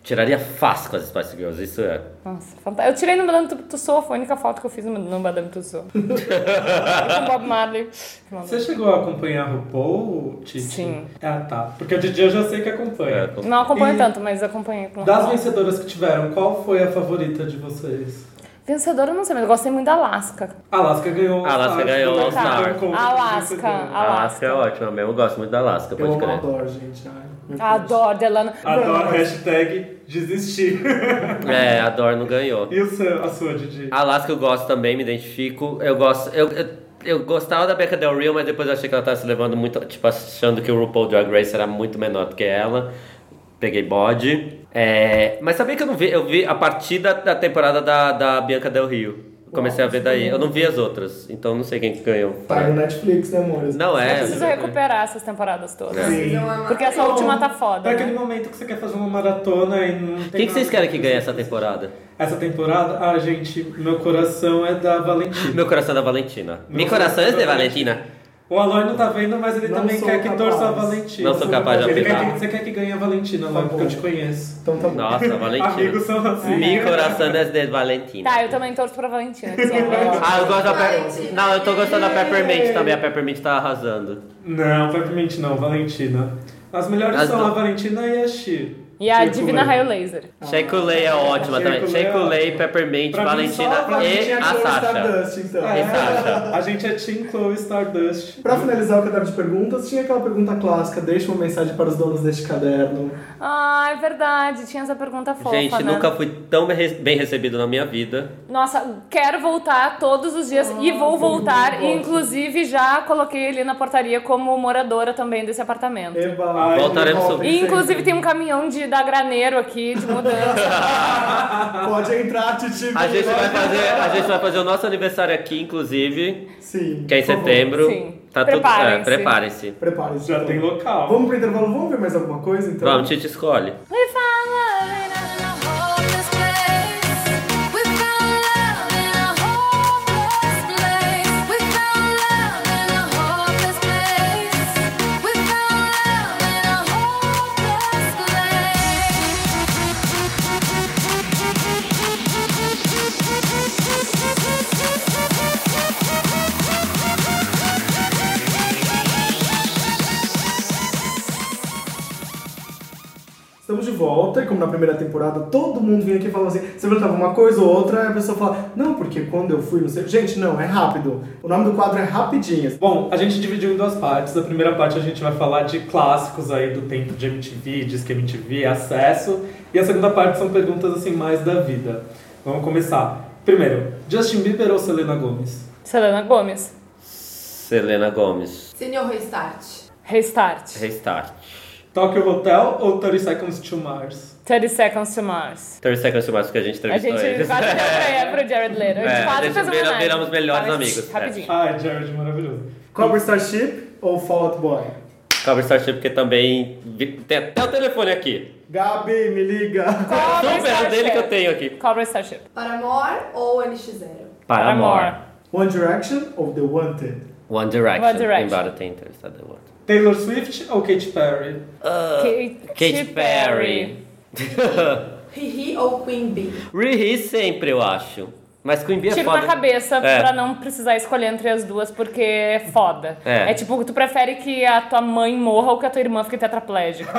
[SPEAKER 5] Tiraria fácil com as Spice Girls, isso é.
[SPEAKER 4] Nossa, fantástico. Eu tirei no Madame Tussauds, foi a única foto que eu fiz no no Madame Tussauds. E com Bob Marley.
[SPEAKER 2] Você chegou a acompanhar o Paul, Titi?
[SPEAKER 4] Sim.
[SPEAKER 2] Ah, tá. Porque o Didi eu já sei que acompanha.
[SPEAKER 5] É,
[SPEAKER 4] Não acompanho
[SPEAKER 2] E-
[SPEAKER 4] tanto, mas acompanhei com
[SPEAKER 2] Das vencedoras que tiveram, qual foi a favorita de vocês?
[SPEAKER 4] Vencedora eu não sei, mas eu gostei muito da Alaska.
[SPEAKER 2] Alaska ganhou.
[SPEAKER 5] Alaska ganhou
[SPEAKER 2] o
[SPEAKER 5] All
[SPEAKER 4] Tá.
[SPEAKER 5] Star.
[SPEAKER 4] Alaska.
[SPEAKER 5] A Alaska é ótima mesmo, eu gosto muito da Alaska,
[SPEAKER 1] Eu
[SPEAKER 5] pode
[SPEAKER 1] amo
[SPEAKER 5] crer.
[SPEAKER 1] adoro, gente. Ai, meu
[SPEAKER 4] Adoro Delano.
[SPEAKER 5] Ah,
[SPEAKER 2] Adoro hashtag desistir.
[SPEAKER 5] É, a Dor não ganhou.
[SPEAKER 2] E o seu, a sua, Didi?
[SPEAKER 5] A Alaska eu gosto também, me identifico. Eu gosto. Eu, eu, eu gostava da Becca Del Rio, mas depois eu achei que ela tava se levando muito. Tipo, achando que o RuPaul Drag Race era muito menor do que ela. Peguei bode. É, mas sabia que eu não vi? Eu vi a partir da, da temporada da, da Bianca Del Rio. Comecei a ver daí. Eu não vi as outras, então não sei quem que ganhou.
[SPEAKER 1] Deus. Tá no Netflix, né, amores?
[SPEAKER 5] Não é.
[SPEAKER 4] Eu preciso recuperar essas temporadas todas.
[SPEAKER 1] Sim.
[SPEAKER 3] Precisam amar.
[SPEAKER 4] Porque essa última tá
[SPEAKER 2] Tá
[SPEAKER 4] foda.
[SPEAKER 2] aquele
[SPEAKER 4] Né?
[SPEAKER 2] momento que você quer fazer uma maratona e não tem.
[SPEAKER 5] Quem que vocês
[SPEAKER 2] nada
[SPEAKER 5] querem que ganhe
[SPEAKER 2] fazer.
[SPEAKER 5] essa temporada?
[SPEAKER 2] Essa temporada? Ah, gente, meu coração é da Valentina.
[SPEAKER 5] Meu coração é da Valentina.
[SPEAKER 2] Meu
[SPEAKER 5] Meu
[SPEAKER 2] coração
[SPEAKER 5] coração é
[SPEAKER 2] é
[SPEAKER 5] de
[SPEAKER 2] da
[SPEAKER 5] Valentina.
[SPEAKER 2] O Aloy não tá vendo, mas ele
[SPEAKER 1] Não
[SPEAKER 2] também
[SPEAKER 1] sou
[SPEAKER 2] quer que
[SPEAKER 1] capaz.
[SPEAKER 2] torça a Valentina.
[SPEAKER 5] Não sou capaz de
[SPEAKER 2] Ele quer
[SPEAKER 5] afirmar.
[SPEAKER 2] que- Você quer que ganhe a Valentina, Aloy,
[SPEAKER 1] Tá
[SPEAKER 2] porque eu
[SPEAKER 1] bom.
[SPEAKER 2] te conheço.
[SPEAKER 1] Então tá bom.
[SPEAKER 5] Nossa, Valentina.
[SPEAKER 2] Amigos são assim.
[SPEAKER 5] Meu coração é de Valentina.
[SPEAKER 4] Tá, eu também torço pra Valentina. que sim, é verdade.
[SPEAKER 5] Ah, eu gosto da Peppermint.
[SPEAKER 3] Valentina.
[SPEAKER 5] Não, eu tô gostando da Peppermint também. A Peppermint tá arrasando.
[SPEAKER 2] Não, propriamente não, Valentina. As melhores
[SPEAKER 5] As
[SPEAKER 2] são
[SPEAKER 5] do-
[SPEAKER 2] a Valentina e a Tipo, né? Chi.
[SPEAKER 4] E a
[SPEAKER 5] Tipo,
[SPEAKER 2] Circulei.
[SPEAKER 4] Divina
[SPEAKER 5] né?
[SPEAKER 4] Raio Laser.
[SPEAKER 5] Sheikulei é ótima também.
[SPEAKER 2] Sheikulei Ah, é
[SPEAKER 5] Sheikulei,
[SPEAKER 2] ótima.
[SPEAKER 5] Peppermint,
[SPEAKER 2] Pra mim, só a
[SPEAKER 5] Valentina e
[SPEAKER 2] Valentina
[SPEAKER 5] a
[SPEAKER 1] Chloe
[SPEAKER 5] Sasha.
[SPEAKER 1] Stardust, então.
[SPEAKER 2] É,
[SPEAKER 5] Sasha.
[SPEAKER 2] A gente é Team Chloe Stardust.
[SPEAKER 1] Pra finalizar o caderno de perguntas, tinha aquela pergunta clássica, deixa uma mensagem para os donos deste caderno.
[SPEAKER 4] Ah, é verdade. Tinha essa pergunta fofa,
[SPEAKER 5] Gente,
[SPEAKER 4] né?
[SPEAKER 5] nunca fui tão re- bem recebido na minha vida.
[SPEAKER 4] Nossa, quero voltar todos os dias e vou voltar. E, inclusive, já coloquei ali na portaria como moradora também desse apartamento.
[SPEAKER 1] Eba,
[SPEAKER 2] Ai,
[SPEAKER 5] Voltaremos
[SPEAKER 1] voltem
[SPEAKER 5] sobre-
[SPEAKER 4] E, inclusive,
[SPEAKER 1] sempre.
[SPEAKER 4] tem um caminhão de da graneiro aqui, de mudança.
[SPEAKER 1] Pode entrar, Titi.
[SPEAKER 5] A gente vai
[SPEAKER 1] pode-
[SPEAKER 5] fazer, a gente vai fazer o nosso aniversário aqui, inclusive,
[SPEAKER 1] Sim.
[SPEAKER 5] que é em
[SPEAKER 1] por favor.
[SPEAKER 5] setembro.
[SPEAKER 4] Sim.
[SPEAKER 5] Tá tudo é,
[SPEAKER 4] Preparem-se.
[SPEAKER 5] preparem-se.
[SPEAKER 1] Preparem-se.
[SPEAKER 2] Já
[SPEAKER 1] então.
[SPEAKER 2] tem local.
[SPEAKER 1] Vamos pro intervalo, vamos ver mais alguma coisa, então?
[SPEAKER 5] Vamos, Tite escolhe.
[SPEAKER 4] Me fala.
[SPEAKER 1] Estamos de volta, e como na primeira temporada, todo mundo vinha aqui falando assim, você perguntava uma coisa ou outra, e a pessoa fala, não, porque quando eu fui, não sei... Gente, não, é rápido. O nome do quadro é Rapidinhas.
[SPEAKER 2] Bom, a gente dividiu em duas partes. A primeira parte a gente vai falar de clássicos aí do tempo de MTV, disque MTV, acesso. E a segunda parte são perguntas assim mais da vida. Vamos começar. Primeiro, Justin Bieber ou Selena Gomez?
[SPEAKER 4] Selena Gomes.
[SPEAKER 5] Selena Gomes,
[SPEAKER 3] Senhor Restart.
[SPEAKER 4] Restart.
[SPEAKER 5] Restart.
[SPEAKER 2] Tokyo Hotel ou 30 Seconds to Mars?
[SPEAKER 4] 30 Seconds to Mars.
[SPEAKER 5] 30 Seconds to Mars, Então, é que a gente
[SPEAKER 4] A
[SPEAKER 5] entrevistou
[SPEAKER 4] gente
[SPEAKER 5] eles.
[SPEAKER 4] quase deu pra ele, pro Jared Leto. A
[SPEAKER 5] É,
[SPEAKER 4] gente quase
[SPEAKER 5] deixa-
[SPEAKER 4] fez um
[SPEAKER 5] vira-
[SPEAKER 4] homenagem.
[SPEAKER 5] viramos melhores
[SPEAKER 4] Mas,
[SPEAKER 5] amigos, é.
[SPEAKER 4] Rapidinho.
[SPEAKER 2] Ai, Jared, maravilhoso.
[SPEAKER 1] Cobra Starship ou Fall Out Boy?
[SPEAKER 5] Cover Starship, porque também vi- tem até o telefone aqui.
[SPEAKER 1] Gabi, me liga.
[SPEAKER 4] Cobra
[SPEAKER 5] Super
[SPEAKER 4] Starship.
[SPEAKER 5] dele que eu tenho aqui.
[SPEAKER 4] Cobra Starship.
[SPEAKER 3] Paramore ou NX0?
[SPEAKER 5] Paramore.
[SPEAKER 1] One Direction ou The Wanted?
[SPEAKER 5] One Direction.
[SPEAKER 4] One Direction.
[SPEAKER 5] Embora tenha entrevistado The One.
[SPEAKER 2] Taylor Swift ou Katy Perry?
[SPEAKER 4] Kate,
[SPEAKER 5] Ah, Katy Perry.
[SPEAKER 3] Hihi ou Queen Bee?
[SPEAKER 5] Riri sempre, eu acho. Mas Queen Bee é
[SPEAKER 4] Tiro
[SPEAKER 5] foda.
[SPEAKER 4] na cabeça
[SPEAKER 5] É.
[SPEAKER 4] pra não precisar escolher entre as duas, porque é foda.
[SPEAKER 5] É.
[SPEAKER 4] É, tipo, tu prefere que a tua mãe morra ou que a tua irmã fique tetraplégica.
[SPEAKER 5] É,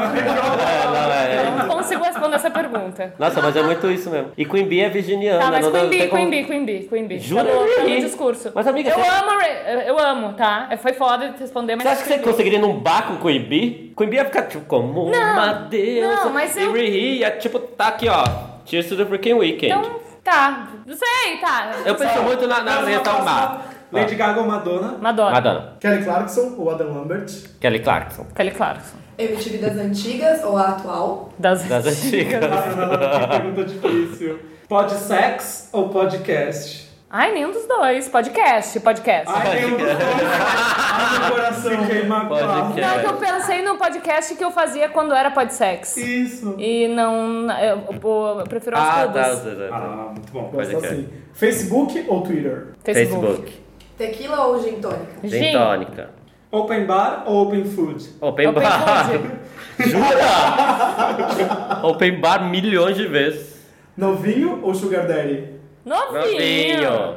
[SPEAKER 5] não,
[SPEAKER 4] Eu
[SPEAKER 5] é.
[SPEAKER 4] não consigo responder essa pergunta.
[SPEAKER 5] Nossa, mas é muito isso mesmo. E Queen Bee é virginiana.
[SPEAKER 4] Tá, mas
[SPEAKER 5] não
[SPEAKER 4] Queen
[SPEAKER 5] dá-
[SPEAKER 4] Bee,
[SPEAKER 5] tem como-
[SPEAKER 4] Queen Bee, Queen Bee, Queen Bee.
[SPEAKER 5] Jura?
[SPEAKER 4] Pelo, pelo
[SPEAKER 5] Ih.
[SPEAKER 4] discurso.
[SPEAKER 5] Mas, amiga,
[SPEAKER 4] eu
[SPEAKER 5] você-
[SPEAKER 4] amo, Ra- eu amo, tá? Foi foda de responder, mas...
[SPEAKER 5] Você acha que você é
[SPEAKER 4] Queen Bee.
[SPEAKER 5] conseguiria ir num bar com Queen Bee? Queen Bee ia ficar tipo como uma
[SPEAKER 4] Não,
[SPEAKER 5] deusa.
[SPEAKER 4] não, mas
[SPEAKER 5] e
[SPEAKER 4] eu-
[SPEAKER 5] Riri ia tipo, tá aqui ó. Cheers to the freaking weekend.
[SPEAKER 4] Então, tá. Não sei, tá.
[SPEAKER 5] eu penso muito na, na
[SPEAKER 2] Próxima,
[SPEAKER 5] reta ao bar.
[SPEAKER 2] próxima. Lady Gaga ou Madonna?
[SPEAKER 4] Madonna.
[SPEAKER 5] Madonna.
[SPEAKER 1] Kelly Clarkson ou Adam Lambert?
[SPEAKER 5] Kelly Clarkson.
[SPEAKER 4] Kelly Clarkson.
[SPEAKER 3] MTV das antigas ou a atual?
[SPEAKER 4] Das,
[SPEAKER 5] Das antigas.
[SPEAKER 2] Ah, não, que pergunta difícil. Pod sex ou podcast?
[SPEAKER 4] Ai, nenhum dos dois. Podcast, podcast.
[SPEAKER 2] Ai, tem um dos dois. Ai, meu coração queima
[SPEAKER 5] Podcast.
[SPEAKER 2] quase.
[SPEAKER 4] Não, é que eu pensei no podcast que eu fazia quando era podsex.
[SPEAKER 2] Isso.
[SPEAKER 4] E não. Eu, eu- eu prefiro os
[SPEAKER 5] Ah,
[SPEAKER 4] cubos.
[SPEAKER 5] tá. tá, tá.
[SPEAKER 2] Ah, muito bom.
[SPEAKER 1] Gosto
[SPEAKER 5] Pode crer.
[SPEAKER 1] assim. Facebook ou Twitter?
[SPEAKER 5] Facebook.
[SPEAKER 3] Tequila ou gin tônica?
[SPEAKER 5] Gin tônica.
[SPEAKER 2] Open bar ou open food?
[SPEAKER 5] Open
[SPEAKER 4] Open
[SPEAKER 5] bar.
[SPEAKER 4] food.
[SPEAKER 5] Jura? Open bar milhões de vezes.
[SPEAKER 1] Novinho ou Sugar Daddy?
[SPEAKER 4] Novinho.
[SPEAKER 5] Novinho.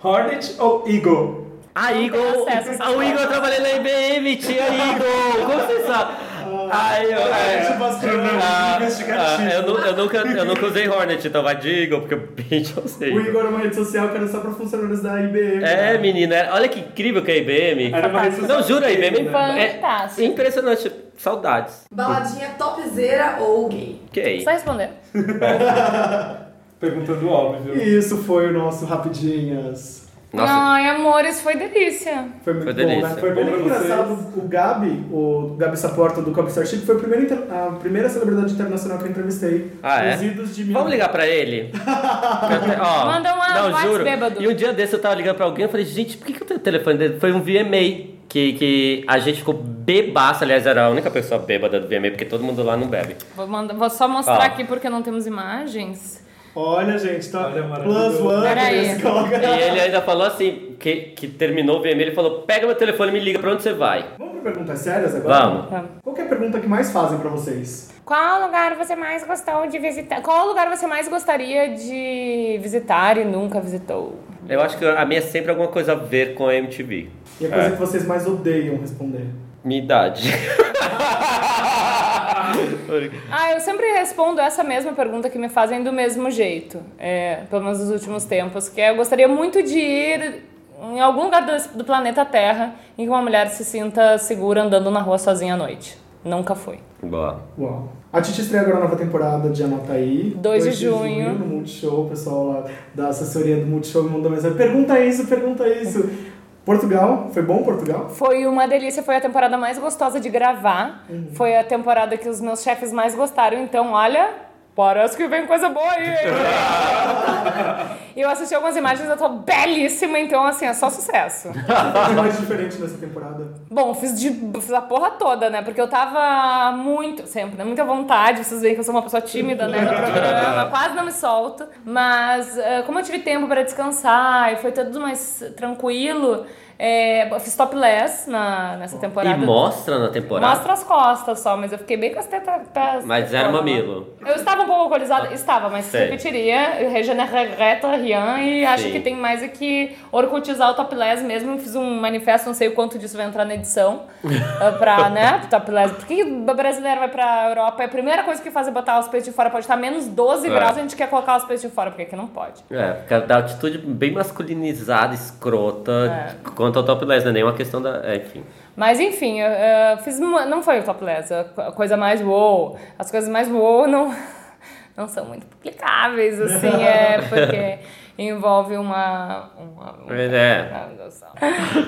[SPEAKER 2] Hornet ou Eagle?
[SPEAKER 5] A Igor.
[SPEAKER 4] acesso a
[SPEAKER 5] O Igor trabalhando na IBM, tia Igor. Como você sabe? Ai, eu, é.
[SPEAKER 2] Tipo, as crônicas
[SPEAKER 5] Ah,
[SPEAKER 2] investigativas.
[SPEAKER 5] ah, eu, nu- eu nunca, eu nunca usei Hornet, então vai Deagle, porque eu pinto eu sei.
[SPEAKER 1] O Igor é uma rede social que era só pra funcionários da IBM.
[SPEAKER 5] assim. É, menina, era- olha que incrível que é a IBM.
[SPEAKER 2] Era uma rede social
[SPEAKER 5] Não, juro, a IBM é
[SPEAKER 4] Fantástico.
[SPEAKER 5] impressionante. Saudades. é
[SPEAKER 3] Baladinha topzera ou gay?
[SPEAKER 5] Ok.
[SPEAKER 4] Só responder.
[SPEAKER 2] Perguntando
[SPEAKER 5] é
[SPEAKER 2] óbvio.
[SPEAKER 1] E isso foi o nosso Rapidinhas.
[SPEAKER 5] Nossa,
[SPEAKER 4] Ai, amores, foi delícia.
[SPEAKER 1] Foi muito
[SPEAKER 5] Foi
[SPEAKER 1] bom,
[SPEAKER 5] delícia.
[SPEAKER 1] né? Foi bem
[SPEAKER 2] Bom pra
[SPEAKER 1] engraçado. O Gabi, o Gabi Saporta do Cobb Starship, foi a primeira, inter- a primeira celebridade internacional que eu entrevistei.
[SPEAKER 5] Ah, é?
[SPEAKER 1] Os idos de mim.
[SPEAKER 5] vamos ligar pra ele? Eu até- ó,
[SPEAKER 4] Manda uma
[SPEAKER 5] não,
[SPEAKER 4] voz
[SPEAKER 5] juro.
[SPEAKER 4] bêbado.
[SPEAKER 5] E um dia desse eu tava ligando pra alguém e falei, gente, por que, que eu tenho o telefone dele? Foi um VMA que, que a gente ficou bebaça. Aliás, era a única pessoa bêbada do VMA, porque todo mundo lá não bebe.
[SPEAKER 4] Vou, mandar- vou só mostrar
[SPEAKER 5] Ó.
[SPEAKER 4] aqui porque não temos imagens.
[SPEAKER 1] Olha, gente, tá.
[SPEAKER 2] Olha, maravilhoso.
[SPEAKER 1] Plus one,
[SPEAKER 4] Pera aí.
[SPEAKER 1] eles colocam-
[SPEAKER 5] E ele ainda falou assim, que, que terminou o VMA, ele falou, pega meu telefone e me liga pra onde você vai.
[SPEAKER 1] Vamos pra perguntas sérias agora?
[SPEAKER 5] Vamos.
[SPEAKER 4] Tá.
[SPEAKER 1] Qual que é a pergunta que mais fazem pra vocês?
[SPEAKER 4] Qual lugar você mais gostou de visitar? Qual lugar você mais gostaria de visitar e nunca visitou?
[SPEAKER 5] Eu acho que a minha é sempre alguma coisa a ver com a MTV.
[SPEAKER 1] E a
[SPEAKER 5] É.
[SPEAKER 1] coisa que vocês mais odeiam responder?
[SPEAKER 5] Minha idade.
[SPEAKER 4] Ah, eu sempre respondo essa mesma pergunta que me fazem do mesmo jeito, é, pelo menos nos últimos tempos, que é, eu gostaria muito de ir em algum lugar do, do planeta Terra em que uma mulher se sinta segura andando na rua sozinha à noite. Nunca fui.
[SPEAKER 5] Boa.
[SPEAKER 1] Uau. A Titi estreia agora a nova temporada de Anataí.
[SPEAKER 4] 2 de junho.
[SPEAKER 1] no Multishow. O pessoal lá da assessoria do Multishow me mandou mensagem. Pergunta isso, pergunta isso. Portugal, foi bom Portugal?
[SPEAKER 4] Foi uma delícia, foi a temporada mais gostosa de gravar. Foi a temporada que os meus chefes mais gostaram. Então, olha, parece que vem coisa boa aí. hein? eu assisti algumas imagens, eu tô belíssima, então assim, é só sucesso.
[SPEAKER 1] O que um mais diferente nessa temporada?
[SPEAKER 4] Bom, fiz, de, fiz a porra toda, né? Porque eu tava muito, sempre, né? Muita vontade, vocês veem que eu sou uma pessoa tímida, né? No programa, quase não me solto. Mas eh, como eu tive tempo pra descansar e foi tudo mais tranquilo, eh, eu fiz topless na, nessa
[SPEAKER 5] E
[SPEAKER 4] temporada.
[SPEAKER 5] mostra na temporada.
[SPEAKER 4] Mostra as costas só, mas eu fiquei bem com as tetas. tetas-
[SPEAKER 5] Mas era
[SPEAKER 4] tetas-
[SPEAKER 5] mamilo.
[SPEAKER 4] Eu estava um pouco
[SPEAKER 5] Ah,
[SPEAKER 4] alcoolizada, estava, mas
[SPEAKER 5] Sei.
[SPEAKER 4] repetiria. Regenereta, Rian, e acho
[SPEAKER 5] Sim.
[SPEAKER 4] que tem mais é que orcutizar o topless mesmo. Fiz um manifesto, não sei o quanto disso vai entrar na edição. eh, pra, né, topless. Por que o brasileiro vai pra Europa? É a primeira coisa que faz é botar os peitos de fora. Pode estar menos 12
[SPEAKER 5] É.
[SPEAKER 4] graus, a gente quer colocar os peitos de fora, porque aqui não pode.
[SPEAKER 5] É, por causa da atitude bem masculinizada, escrota, quanto ao topless, não é nenhuma questão da. é, enfim.
[SPEAKER 4] Mas enfim, eu, eu fiz uma- não foi o topless, a co- a coisa mais wow. As coisas mais wow não, não são muito publicáveis, assim, é porque envolve uma. uma, um uma
[SPEAKER 5] É.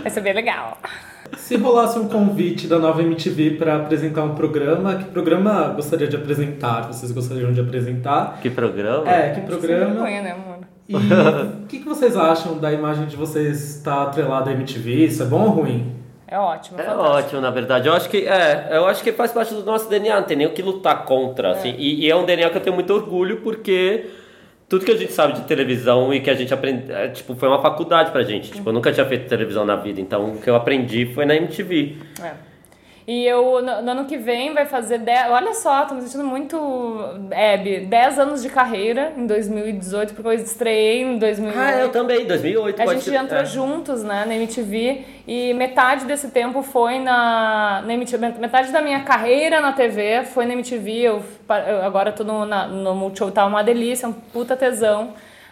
[SPEAKER 4] Vai ser é bem legal.
[SPEAKER 2] Se rolasse um convite da nova MTV pra apresentar um programa, que programa gostaria de apresentar? Vocês gostariam de apresentar?
[SPEAKER 5] Que programa?
[SPEAKER 2] É, que
[SPEAKER 4] Sem
[SPEAKER 2] programa?
[SPEAKER 4] vergonha, né, amor?
[SPEAKER 2] E o que, que vocês acham da imagem de vocês estar atrelada à MTV? Isso é bom ou ruim?
[SPEAKER 4] É ótimo, é
[SPEAKER 5] É
[SPEAKER 4] fantástico.
[SPEAKER 5] ótimo, na verdade. Eu acho que é, eu acho que faz parte do nosso DNA, não tem nem o que lutar contra. Assim. E, e é um DNA que eu tenho muito orgulho, porque tudo que a gente sabe de televisão e que a gente aprende. é, tipo, foi uma faculdade pra gente. Tipo, eu nunca tinha feito televisão na vida, então o que eu aprendi foi na MTV.
[SPEAKER 4] É. E eu, no, no ano que vem, vai fazer 10. Olha só, tô me sentindo muito Hebe. 10 anos de carreira em 2018, porque eu estreiei em 2018.
[SPEAKER 5] Ah, eu também, 2008.
[SPEAKER 4] é. A
[SPEAKER 5] pode
[SPEAKER 4] gente
[SPEAKER 5] ser-
[SPEAKER 4] entrou
[SPEAKER 5] é.
[SPEAKER 4] juntos, né, na MTV, e metade desse tempo foi na, na MTV. Metade da minha carreira na TV foi na MTV. Eu, pa- eu agora tô no, na, no Multishow, tá uma delícia, um puta tesão.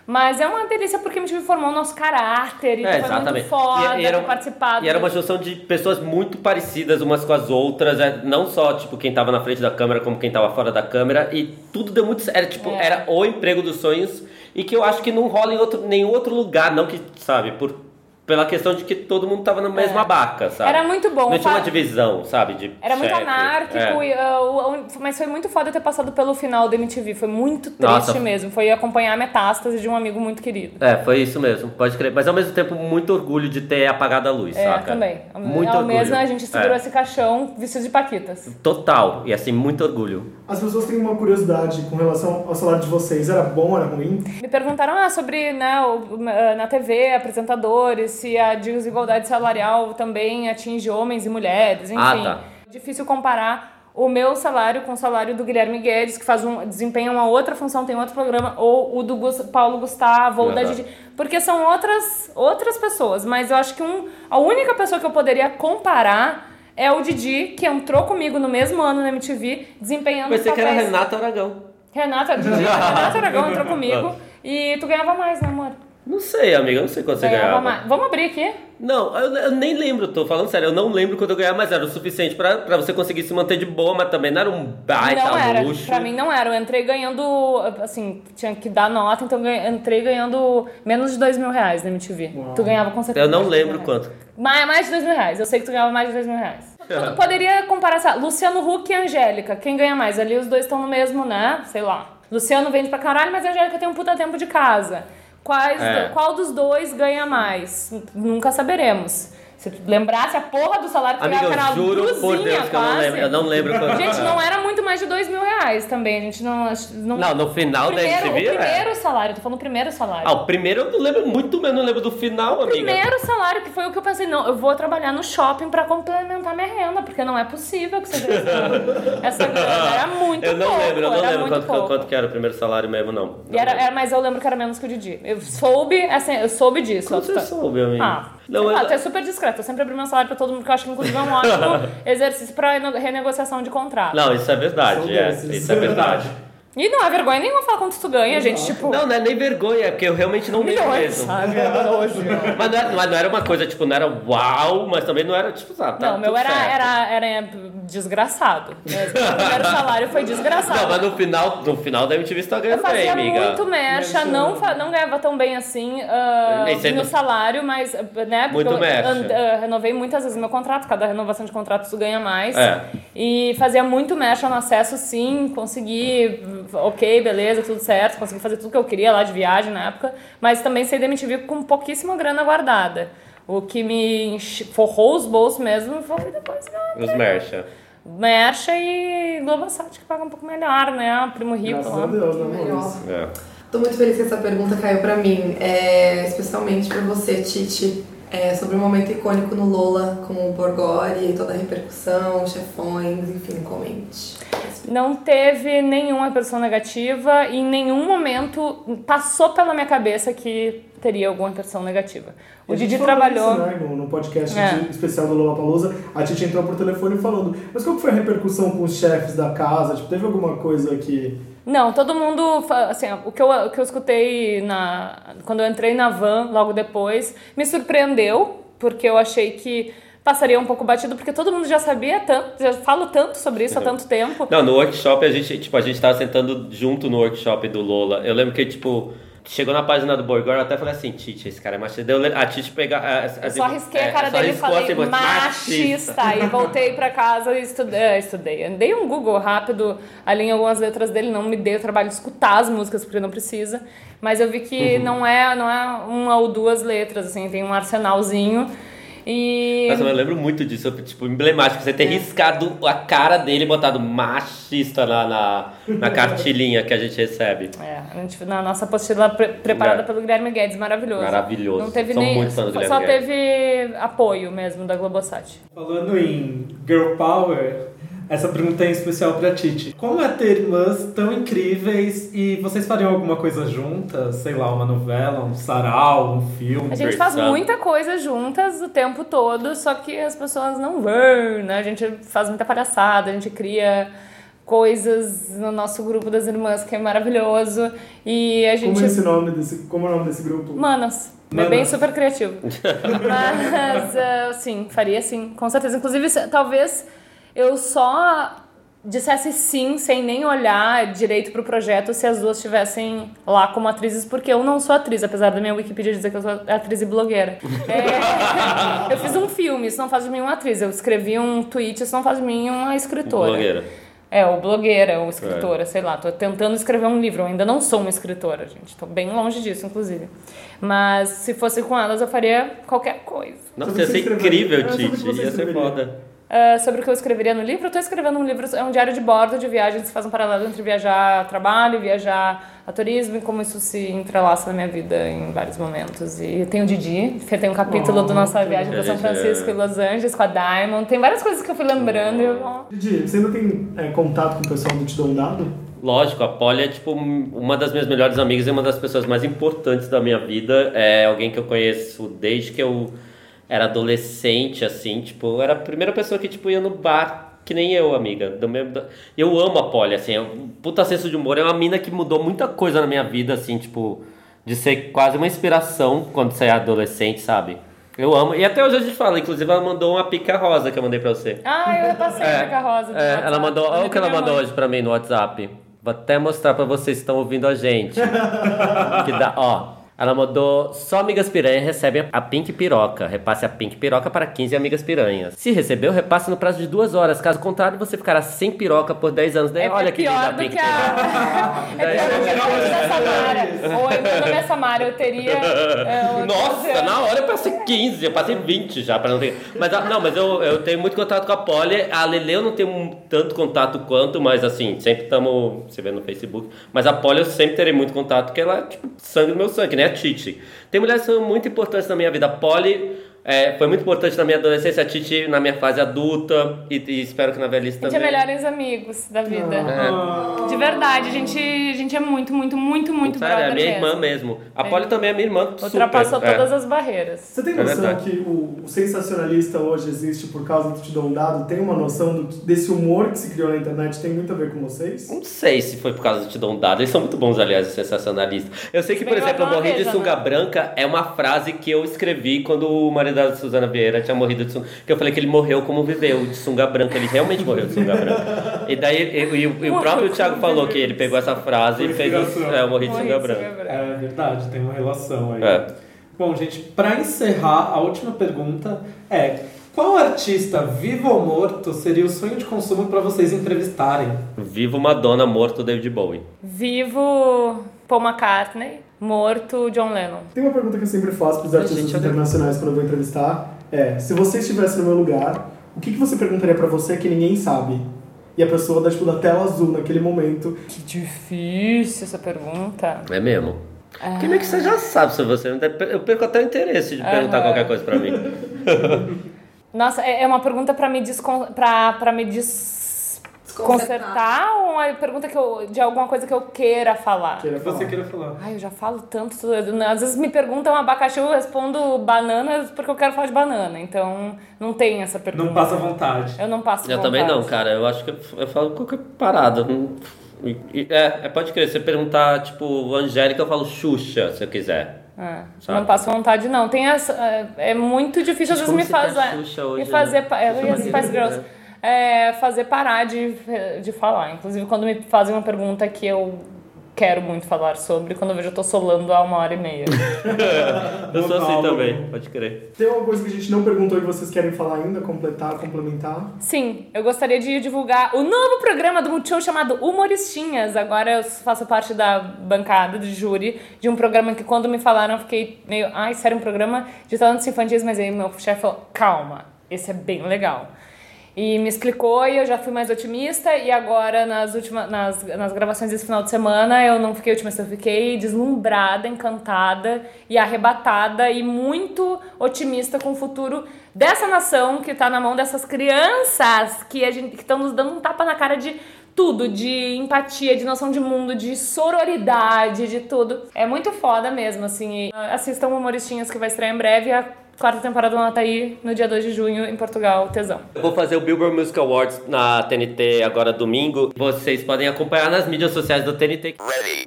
[SPEAKER 4] Mas é uma delícia porque a MTV formou o nosso caráter, e
[SPEAKER 5] É,
[SPEAKER 4] Então foi muito
[SPEAKER 5] exatamente.
[SPEAKER 4] foda
[SPEAKER 5] E- e era
[SPEAKER 4] ter
[SPEAKER 5] uma-
[SPEAKER 4] participado.
[SPEAKER 5] E era uma junção de pessoas muito parecidas umas com as outras, é, não só tipo quem tava na frente da câmera como quem tava fora da câmera e tudo deu muito certo, era tipo,
[SPEAKER 4] É.
[SPEAKER 5] era o emprego dos sonhos e que eu acho que não rola em outro, nenhum outro lugar, não que, sabe, por pela questão de que todo mundo tava na mesma barca, sabe?
[SPEAKER 4] É. Era muito bom,
[SPEAKER 5] Não tinha uma
[SPEAKER 4] fa-
[SPEAKER 5] divisão, sabe, de
[SPEAKER 4] Era muito
[SPEAKER 5] chefe,
[SPEAKER 4] anárquico,
[SPEAKER 5] é.
[SPEAKER 4] e, ah, o- o- mas foi muito foda ter passado pelo final da MTV. Foi muito triste
[SPEAKER 5] Nossa.
[SPEAKER 4] mesmo. Foi acompanhar a metástase de um amigo muito querido.
[SPEAKER 5] É, foi isso mesmo, pode crer. Mas ao mesmo tempo, muito orgulho de ter apagado a luz,
[SPEAKER 4] É,
[SPEAKER 5] saca?
[SPEAKER 4] também. Ao-
[SPEAKER 5] Muito
[SPEAKER 4] Ao
[SPEAKER 5] orgulho.
[SPEAKER 4] mesmo a gente segurou
[SPEAKER 5] É.
[SPEAKER 4] esse caixão vestido de paquitas.
[SPEAKER 5] Total. E assim, muito orgulho.
[SPEAKER 1] As pessoas têm uma curiosidade com relação ao salário de vocês. Era bom, era ruim?
[SPEAKER 4] Me perguntaram ah, sobre né, o- ah, na TV, apresentadores, se a desigualdade salarial também atinge homens e mulheres, enfim.
[SPEAKER 5] Ah, tá.
[SPEAKER 4] Difícil comparar o meu salário com o salário do Guilherme Guedes, que faz um, desempenha uma outra função, tem outro programa, ou o do Gus- Paulo Gustavo, ou da
[SPEAKER 5] Verdade.
[SPEAKER 4] Didi. Porque são outras, outras pessoas, mas eu acho que um, a única pessoa que eu poderia comparar é o Didi, que entrou comigo no mesmo ano na MTV, desempenhando
[SPEAKER 5] Pensei que era
[SPEAKER 4] papéis-
[SPEAKER 5] Renato Aragão.
[SPEAKER 4] Renata, Didi, Renata Aragão entrou comigo e tu ganhava mais, né, amor?
[SPEAKER 5] Não sei, amiga, eu não sei quanto Ah.
[SPEAKER 4] É,
[SPEAKER 5] você ganhava.
[SPEAKER 4] mais. Vamos abrir aqui?
[SPEAKER 5] Não, eu, eu nem lembro, tô falando sério, eu não lembro quanto eu ganhava, mas era o suficiente pra, pra você conseguir se manter de boa, mas também não era um baita
[SPEAKER 4] não era.
[SPEAKER 5] luxo.
[SPEAKER 4] Pra mim não era. Eu entrei ganhando, assim, tinha que dar nota, então eu ganhei- entrei ganhando menos de dois mil reais na MTV. Tu ganhava com certeza.
[SPEAKER 5] Eu não
[SPEAKER 4] mais de dois
[SPEAKER 5] lembro
[SPEAKER 4] mil reais.
[SPEAKER 5] quanto.
[SPEAKER 4] Mais, mais de dois mil reais. Eu sei que tu ganhava mais de dois mil reais. Tu poderia comparar, sabe? Luciano Huck e Angélica. Quem ganha mais? Ali os dois estão no mesmo, né? Sei lá. Luciano vende pra caralho, mas a Angélica tem um puta tempo de casa. Quais,
[SPEAKER 5] É.
[SPEAKER 4] Qual dos dois ganha mais? N- Nunca saberemos. Se tu lembrasse a porra do salário que tu
[SPEAKER 5] Amiga,
[SPEAKER 4] ganhava, que era
[SPEAKER 5] eu
[SPEAKER 4] uma
[SPEAKER 5] juro por
[SPEAKER 4] brusinha
[SPEAKER 5] Deus que eu não
[SPEAKER 4] quase.
[SPEAKER 5] lembro. Eu não lembro quanto.
[SPEAKER 4] Gente, não era muito mais de dois mil reais também. A gente não. acho- Não,
[SPEAKER 5] Não, no final
[SPEAKER 4] o primeiro,
[SPEAKER 5] da MTV
[SPEAKER 4] O primeiro
[SPEAKER 5] era.
[SPEAKER 4] salário, tô falando o primeiro salário.
[SPEAKER 5] é. Ah, o primeiro eu não lembro muito menos, eu não lembro do final,
[SPEAKER 4] o
[SPEAKER 5] amiga.
[SPEAKER 4] primeiro salário, que foi o que eu pensei, não, eu vou trabalhar no shopping pra complementar minha renda, porque não é possível que você ganhe essa grana. essa grana. Era muito
[SPEAKER 5] Eu não
[SPEAKER 4] pouco,
[SPEAKER 5] lembro, eu não
[SPEAKER 4] era
[SPEAKER 5] lembro
[SPEAKER 4] muito
[SPEAKER 5] quanto,
[SPEAKER 4] pouco.
[SPEAKER 5] quanto que era o primeiro salário mesmo, não.
[SPEAKER 4] E era, era- mas eu lembro que era menos que o Didi. Eu soube, assim, eu soube disso.
[SPEAKER 5] Como
[SPEAKER 4] ó,
[SPEAKER 5] você
[SPEAKER 4] tu tá-
[SPEAKER 5] soube, amiga?
[SPEAKER 4] Ah,
[SPEAKER 5] não,
[SPEAKER 4] sei lá,
[SPEAKER 5] eu-
[SPEAKER 4] tu é super discreto. Eu sempre abri meu salário pra todo mundo, que eu acho que inclusive é um ótimo exercício pra reno- renegociação de contrato.
[SPEAKER 5] não, isso é
[SPEAKER 1] São
[SPEAKER 5] verdade, é,
[SPEAKER 1] desses.
[SPEAKER 5] isso é verdade.
[SPEAKER 4] E não é vergonha nenhuma falar quanto tu ganha, gente. Tipo,
[SPEAKER 5] Não, não é nem vergonha, é porque eu realmente não lembro
[SPEAKER 4] milhões,
[SPEAKER 5] mesmo. Tá,
[SPEAKER 4] sabe? Era nojo.
[SPEAKER 5] Mas não era, mas não era uma coisa, tipo, não era uau, mas também não era, tipo, sabe, tá
[SPEAKER 4] Não, meu
[SPEAKER 5] tudo
[SPEAKER 4] era,
[SPEAKER 5] certo.
[SPEAKER 4] era, era desgraçado. Meu primeiro salário foi desgraçado.
[SPEAKER 5] Não, mas no final, no final da MTV você tá
[SPEAKER 4] Eu
[SPEAKER 5] ganhando bem,
[SPEAKER 4] fazia
[SPEAKER 5] amiga.
[SPEAKER 4] muito mercha,
[SPEAKER 1] né?
[SPEAKER 4] não, fa- não ganhava tão bem assim ah,
[SPEAKER 5] Nem sei
[SPEAKER 4] no
[SPEAKER 5] É, do-
[SPEAKER 4] salário, mas, né, porque
[SPEAKER 5] Muito
[SPEAKER 4] eu
[SPEAKER 5] mercha.
[SPEAKER 4] ah, renovei muitas vezes meu contrato, cada renovação de contrato tu ganha mais.
[SPEAKER 5] É.
[SPEAKER 4] E fazia muito mercha no acesso, sim, consegui, ok, beleza, tudo certo, consegui fazer tudo que eu queria lá de viagem na época, mas também saí da MTV com pouquíssima grana guardada. O que me enche- forrou os bolsos mesmo foi depois da
[SPEAKER 5] Os mercha.
[SPEAKER 4] Mercha e Globosat, que paga um pouco melhor, né? Primo Rico
[SPEAKER 1] Graças a
[SPEAKER 4] lá.
[SPEAKER 1] Deus, né,
[SPEAKER 3] Melhor.
[SPEAKER 1] amor?
[SPEAKER 5] É.
[SPEAKER 3] Tô muito feliz que essa pergunta caiu pra mim, é, especialmente pra você, Titi, é, sobre o momento icônico no Lola com o Borgori e toda a repercussão, chefões, enfim, comente.
[SPEAKER 4] Não teve nenhuma pessoa negativa e em nenhum momento passou pela minha cabeça que teria alguma pessoa negativa. O
[SPEAKER 1] A gente
[SPEAKER 4] Didi
[SPEAKER 1] falou
[SPEAKER 4] trabalhou.
[SPEAKER 1] Isso, né, no, no podcast
[SPEAKER 4] É.
[SPEAKER 1] de- especial do Lollapalooza, a Titi entrou por telefone falando, mas qual que foi a repercussão com os chefes da casa? Tipo, teve alguma coisa que...
[SPEAKER 4] Não, todo mundo, fa- assim, ó, o que eu, o que eu escutei na, quando eu entrei na van logo depois, me surpreendeu, porque eu achei que passaria um pouco batido, porque todo mundo já sabia tanto, já falo tanto sobre isso há
[SPEAKER 1] Uhum.
[SPEAKER 4] tanto tempo.
[SPEAKER 5] Não, no workshop a gente, tipo, a gente tava sentando junto no workshop do Lola. Eu lembro que, tipo, chegou na página do Borgor, eu até falei assim, Tite, esse cara é machista. Daí eu lembro- A Tite pega. a- a-
[SPEAKER 4] Eu só
[SPEAKER 5] a-
[SPEAKER 4] arrisquei
[SPEAKER 5] é,
[SPEAKER 4] a cara
[SPEAKER 5] só
[SPEAKER 4] dele e
[SPEAKER 5] arriscou,
[SPEAKER 4] falei
[SPEAKER 5] assim, mas
[SPEAKER 4] machista. E voltei pra casa e estudei, eh, estudei. Dei um Google rápido ali em algumas letras dele. Não me dei o trabalho de escutar as músicas, porque não precisa. Mas eu vi
[SPEAKER 5] Uhum.
[SPEAKER 4] que não, é, não é uma ou duas letras, assim. Tem um arsenalzinho. E...
[SPEAKER 5] Nossa, mas eu lembro muito disso, tipo, emblemático. Você ter
[SPEAKER 1] É.
[SPEAKER 5] riscado a cara dele e botado machista na, na, na cartilinha que a gente recebe.
[SPEAKER 4] É, a gente, na nossa apostila pre- preparada
[SPEAKER 5] É.
[SPEAKER 4] pelo Guilherme Guedes, maravilhoso.
[SPEAKER 5] Maravilhoso.
[SPEAKER 4] Não teve
[SPEAKER 5] Sou
[SPEAKER 4] nem.
[SPEAKER 5] muito fã do Guilherme
[SPEAKER 4] só
[SPEAKER 5] Guedes.
[SPEAKER 4] teve apoio mesmo da Globosat.
[SPEAKER 2] Falando em girl power, essa pergunta é em especial pra Titi. Como é ter irmãs tão incríveis e vocês fariam alguma coisa juntas? Sei lá, uma novela, um sarau, um filme?
[SPEAKER 4] A gente faz
[SPEAKER 5] Conversar.
[SPEAKER 4] muita coisa juntas o tempo todo, só que as pessoas não vão, né? A gente faz muita palhaçada, a gente cria coisas no nosso grupo das irmãs que é maravilhoso e a gente
[SPEAKER 1] Como é esse nome desse... Como é o nome desse grupo?
[SPEAKER 4] Manas. É
[SPEAKER 2] Manas.
[SPEAKER 4] bem super criativo. Mas, eh, sim, faria sim, com certeza. Inclusive, se- talvez eu só dissesse sim, sem nem olhar direito pro projeto, se as duas estivessem lá como atrizes, porque eu não sou atriz, apesar da minha Wikipedia dizer que eu sou atriz e blogueira. É, eu fiz um filme, isso não faz de mim uma atriz. Eu escrevi um tweet, isso não faz de mim uma escritora.
[SPEAKER 5] Blogueira.
[SPEAKER 4] É, ou blogueira, ou escritora, sei lá. Tô tentando escrever um livro, eu ainda não sou uma escritora, gente. Tô bem longe disso, inclusive. Mas se fosse com elas, eu faria qualquer coisa.
[SPEAKER 5] Nossa,
[SPEAKER 1] Sobre
[SPEAKER 5] ia
[SPEAKER 1] você
[SPEAKER 5] ser
[SPEAKER 1] escreveria. É,
[SPEAKER 5] incrível,
[SPEAKER 1] sobre o que
[SPEAKER 5] Tite.
[SPEAKER 1] você
[SPEAKER 5] Ia ser
[SPEAKER 1] escreveria.
[SPEAKER 5] foda.
[SPEAKER 4] Ah, sobre o que eu escreveria no livro, eu tô escrevendo um livro, é um diário de bordo de viagens que faz um paralelo entre viajar a trabalho, viajar a turismo e como isso se entrelaça na minha vida em vários momentos. E tem o Didi, que tem um capítulo do nossa viagem para São
[SPEAKER 5] Gente, é.
[SPEAKER 4] Francisco e Los Angeles com a Diamond. Tem várias coisas que eu fui lembrando e eu... ó,
[SPEAKER 1] Didi, você ainda tem é, contato com o pessoal do Te Dou um Dado?
[SPEAKER 5] Lógico, a Polly é tipo um- uma das minhas melhores amigas e uma das pessoas mais importantes da minha vida. É alguém que eu conheço desde que eu era adolescente, assim, tipo, era a primeira pessoa que, tipo, ia no bar, que nem eu, amiga. Do mesmo, do- Eu amo a Polly, assim, é um puta senso de humor. É uma mina que mudou muita coisa na minha vida, assim, tipo, de ser quase uma inspiração quando você é adolescente, sabe? Eu amo. E até hoje a gente fala, inclusive ela mandou uma pica rosa que eu mandei pra você.
[SPEAKER 4] Ah, eu repassei a Bica Rosa. do
[SPEAKER 5] É, ela
[SPEAKER 4] WhatsApp.
[SPEAKER 5] mandou, olha o que ela
[SPEAKER 4] Minha
[SPEAKER 5] mandou
[SPEAKER 4] mãe.
[SPEAKER 5] hoje pra mim no WhatsApp. Vou até mostrar pra vocês que estão ouvindo a gente. que dá, ó. Ela mandou, só amigas piranha recebem a Pink Piroca. Repasse a Pink Piroca para 15 amigas piranhas. Se recebeu, repasse no prazo de duas horas. Caso contrário, você ficará sem piroca por 10 anos. Daí,
[SPEAKER 4] É
[SPEAKER 5] olha que linda
[SPEAKER 4] pior
[SPEAKER 5] a
[SPEAKER 4] do
[SPEAKER 5] Pink
[SPEAKER 4] que a. é pior do que a Cruz da Samara. Ou então da minha Samara, eu teria. é,
[SPEAKER 5] Piroca.
[SPEAKER 4] um-
[SPEAKER 5] Nossa,
[SPEAKER 4] eu-
[SPEAKER 5] na hora eu passei 15, eu passei 20 já, para não ter... Mas, ah, não, mas eu, eu tenho muito contato com a Polly, a Lele eu não tenho um- tanto contato quanto, mas assim, sempre estamos se vendo no Facebook, mas a Polly eu sempre terei muito contato, porque ela é tipo sangue do meu sangue, né, a Titi. Tem mulheres que são muito importantes na minha vida, a Polly é, foi muito importante na minha adolescência, a Titi na minha fase adulta, e, e espero que na velhice
[SPEAKER 4] A
[SPEAKER 5] também. É.
[SPEAKER 4] gente é melhores amigos da vida. De verdade, a gente, a gente é muito, muito, muito, muito
[SPEAKER 5] Sério, é
[SPEAKER 4] brother
[SPEAKER 5] minha irmã
[SPEAKER 4] mesmo.
[SPEAKER 5] mesmo. A Polly também é minha irmã, super.
[SPEAKER 4] Ultrapassou
[SPEAKER 5] é.
[SPEAKER 4] todas as barreiras.
[SPEAKER 1] Você tem
[SPEAKER 5] É
[SPEAKER 1] noção
[SPEAKER 5] verdade.
[SPEAKER 1] que o, o sensacionalista hoje existe por causa do Te Dou um Dado? Tem uma noção do- desse humor que se criou na internet? Tem muito a ver com vocês?
[SPEAKER 5] Não sei se foi por causa de te dar um dado. Eles são muito bons, aliás, os sensacionalistas. Eu sei que, por
[SPEAKER 4] Bem,
[SPEAKER 5] exemplo, eu
[SPEAKER 4] uma
[SPEAKER 5] morri de
[SPEAKER 4] vez,
[SPEAKER 5] sunga
[SPEAKER 4] né?
[SPEAKER 5] branca é uma frase que eu escrevi quando o marido da Suzana Vieira tinha morrido de sunga. Que eu falei que ele morreu como viveu, de sunga branca. Ele realmente morreu de sunga branca. E daí e- e o- e o próprio Thiago falou que ele pegou essa frase
[SPEAKER 2] Foi
[SPEAKER 5] e fez. o-
[SPEAKER 2] inspiração.
[SPEAKER 5] É, eu morri de
[SPEAKER 4] Morri
[SPEAKER 5] sunga
[SPEAKER 4] de
[SPEAKER 5] branca.
[SPEAKER 4] sunga branca.
[SPEAKER 2] É verdade, tem uma relação aí.
[SPEAKER 5] É.
[SPEAKER 2] Bom, gente, pra encerrar, a última pergunta é: qual artista, vivo ou morto, seria o sonho de consumo pra vocês entrevistarem?
[SPEAKER 5] Vivo Madonna, morto David Bowie.
[SPEAKER 4] Vivo Paul McCartney, morto John Lennon.
[SPEAKER 1] Tem uma pergunta que eu sempre faço para os artistas
[SPEAKER 5] gente, eu tenho-
[SPEAKER 1] internacionais quando eu vou entrevistar. É, se você estivesse no meu lugar, o que, que você perguntaria pra você que ninguém sabe? E a pessoa dá, tipo, da tela azul naquele momento.
[SPEAKER 4] Que difícil essa pergunta.
[SPEAKER 5] É mesmo? Porque meio que você já sabe sobre você. não deve- Eu perco até o interesse de perguntar
[SPEAKER 4] Aham.
[SPEAKER 5] qualquer coisa pra mim.
[SPEAKER 4] Nossa, é é uma pergunta pra me descon... pra, pra me desconcertar ou é uma pergunta que eu, de alguma coisa que eu queira falar?
[SPEAKER 1] Que ele
[SPEAKER 2] O
[SPEAKER 1] ia
[SPEAKER 2] que você
[SPEAKER 1] falar.
[SPEAKER 2] queira falar?
[SPEAKER 4] Ai, eu já falo tanto. Às vezes me perguntam abacaxi, eu respondo banana porque eu quero falar de banana. Então não tem essa pergunta.
[SPEAKER 2] Não passa vontade.
[SPEAKER 4] Eu não passo
[SPEAKER 5] Eu
[SPEAKER 4] vontade.
[SPEAKER 5] também não, cara. Eu acho que eu, eu falo qualquer parada. Não- e- e- É, é, pode crer. Se você perguntar, tipo, Angélica, eu falo Xuxa, se eu quiser.
[SPEAKER 4] É,
[SPEAKER 5] Sabe?
[SPEAKER 4] não passo vontade, não. Tem essa, é, é muito difícil às
[SPEAKER 5] Gente,
[SPEAKER 4] vezes me
[SPEAKER 5] como você tá
[SPEAKER 4] fazer.
[SPEAKER 5] Xuxa hoje,
[SPEAKER 4] me fazer.
[SPEAKER 5] né?
[SPEAKER 4] pa- Eu
[SPEAKER 5] Xuxa
[SPEAKER 4] ia ser
[SPEAKER 5] maneira,
[SPEAKER 4] Spice Girls.
[SPEAKER 5] né?
[SPEAKER 4] É, fazer parar de, de falar. Inclusive, quando me fazem uma pergunta que eu quero muito falar sobre, quando eu vejo eu tô solando há uma hora e meia.
[SPEAKER 5] Eu sou assim
[SPEAKER 2] Monólogo.
[SPEAKER 5] também, pode crer.
[SPEAKER 1] Tem alguma coisa que a gente não perguntou e vocês querem falar ainda? Completar, complementar?
[SPEAKER 4] Sim, eu gostaria de divulgar o novo programa do Multishow chamado Humoristinhas. Agora eu faço parte da bancada do júri de um programa que quando me falaram eu fiquei meio, ai, sério, um programa de talentos infantis, mas aí meu chefe falou, calma, esse é bem legal. E me explicou e eu já fui mais otimista e agora nas últimas nas, nas gravações desse final de semana eu não fiquei otimista, eu fiquei deslumbrada, encantada e arrebatada e muito otimista com o futuro dessa nação que tá na mão dessas crianças que a gente que estão nos dando um tapa na cara de tudo, de empatia, de noção de mundo, de sororidade, de tudo. É muito foda mesmo, assim. E, ah, assistam Humoristinhas que vai estrear em breve. A quarta temporada do Nataí, no dia 2 de junho, em Portugal. Tesão.
[SPEAKER 5] Eu vou fazer o Billboard Music Awards na TNT agora domingo. Vocês podem acompanhar nas mídias sociais do TNT.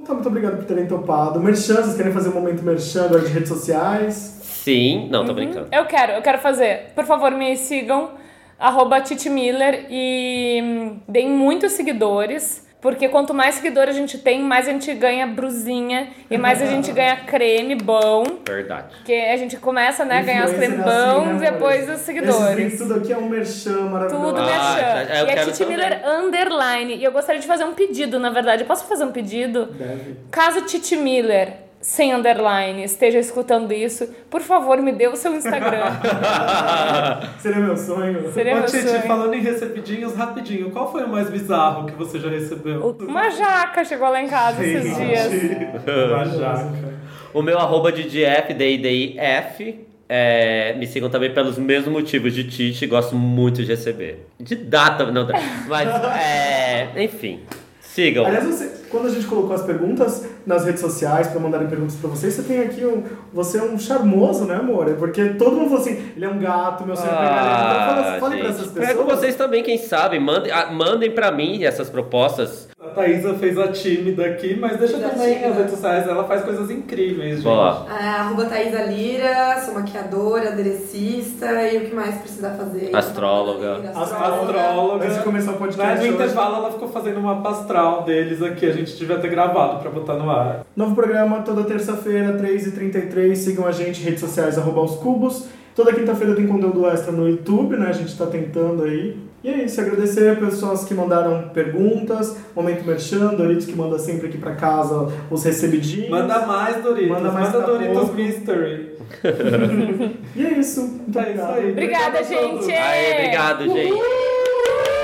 [SPEAKER 1] Então, muito obrigado por terem topado. Merchan, vocês querem fazer um momento merchan agora de redes sociais?
[SPEAKER 5] Sim. Não, tô brincando.
[SPEAKER 4] Eu quero, eu quero fazer. Por favor, me sigam, arroba Titi Miller e hum, deem muitos seguidores. Porque quanto mais seguidores a gente tem, mais a gente ganha brusinha e mais a gente ganha creme bom.
[SPEAKER 5] Verdade.
[SPEAKER 4] Porque a gente começa, né, a ganhar os creme
[SPEAKER 1] Influencer é
[SPEAKER 4] bom
[SPEAKER 1] assim, né,
[SPEAKER 4] depois
[SPEAKER 1] amores?
[SPEAKER 4] os
[SPEAKER 1] Esses
[SPEAKER 4] seguidores.
[SPEAKER 1] links, tudo aqui é um merchan maravilhoso.
[SPEAKER 4] Tudo
[SPEAKER 5] Ah,
[SPEAKER 4] merchan.
[SPEAKER 5] tá. Eu
[SPEAKER 4] e a
[SPEAKER 5] quero
[SPEAKER 4] Titi
[SPEAKER 5] também.
[SPEAKER 4] Miller underline. E eu gostaria de fazer um pedido, na verdade. Eu posso fazer um pedido?
[SPEAKER 1] Deve.
[SPEAKER 4] Caso Titi Miller, sem underline, esteja escutando isso, por favor, me dê o seu Instagram.
[SPEAKER 1] Seria meu sonho.
[SPEAKER 4] Seria
[SPEAKER 2] Ô,
[SPEAKER 4] meu
[SPEAKER 2] Titi,
[SPEAKER 4] sonho.
[SPEAKER 2] falando em recebidinhos, rapidinho, qual foi o mais bizarro que você já recebeu?
[SPEAKER 4] Uma jaca chegou lá em casa esses dias.
[SPEAKER 2] Uma jaca.
[SPEAKER 5] O meu arroba de DF, DIDIF. É, me sigam também pelos mesmos motivos de Tite, gosto muito de receber. De data, não, mas é, enfim. Sigam.
[SPEAKER 1] Aliás, você- quando a gente colocou as perguntas nas redes sociais pra mandarem perguntas pra vocês, você tem aqui um. Você é um charmoso, né, amor? É Porque todo mundo falou assim: ele é um gato, meu sonho é pegar ele. Então fala, fale pra essas
[SPEAKER 5] gente. É com
[SPEAKER 1] pessoas.
[SPEAKER 5] vocês também, quem sabe. Mandem, ah, mandem pra mim essas propostas.
[SPEAKER 2] A Thaisa fez a tímida aqui, mas deixa
[SPEAKER 3] Tímida,
[SPEAKER 2] também
[SPEAKER 3] tímida.
[SPEAKER 2] as redes sociais, ela faz coisas incríveis, gente.
[SPEAKER 5] Ó.
[SPEAKER 3] Ah, arroba Thaisa Lira, sou maquiadora, aderecista e o que mais precisar fazer?
[SPEAKER 5] Astróloga.
[SPEAKER 2] Astróloga.
[SPEAKER 1] Antes de começar o
[SPEAKER 2] Né,
[SPEAKER 1] podcast.
[SPEAKER 2] No
[SPEAKER 1] hoje,
[SPEAKER 2] intervalo ela ficou fazendo uma pastral deles aqui, a gente devia ter gravado pra botar no ar.
[SPEAKER 1] Novo programa toda terça-feira, 3h33. Sigam a gente, redes sociais, arroba os cubos. Toda quinta-feira tem conteúdo extra no YouTube, né? A gente tá tentando aí. E é isso, agradecer pessoas que mandaram perguntas, Momento Merchan, Doritos que manda sempre aqui pra casa os recebidinhos.
[SPEAKER 2] Manda mais Doritos,
[SPEAKER 1] Manda
[SPEAKER 2] manda,
[SPEAKER 1] mais pra
[SPEAKER 2] Doritos
[SPEAKER 1] pouco.
[SPEAKER 2] Mystery.
[SPEAKER 1] E é isso. Muito
[SPEAKER 2] É isso
[SPEAKER 1] obrigado.
[SPEAKER 2] aí.
[SPEAKER 4] Obrigada,
[SPEAKER 2] a todos.
[SPEAKER 4] gente!
[SPEAKER 5] Aê, obrigado, gente.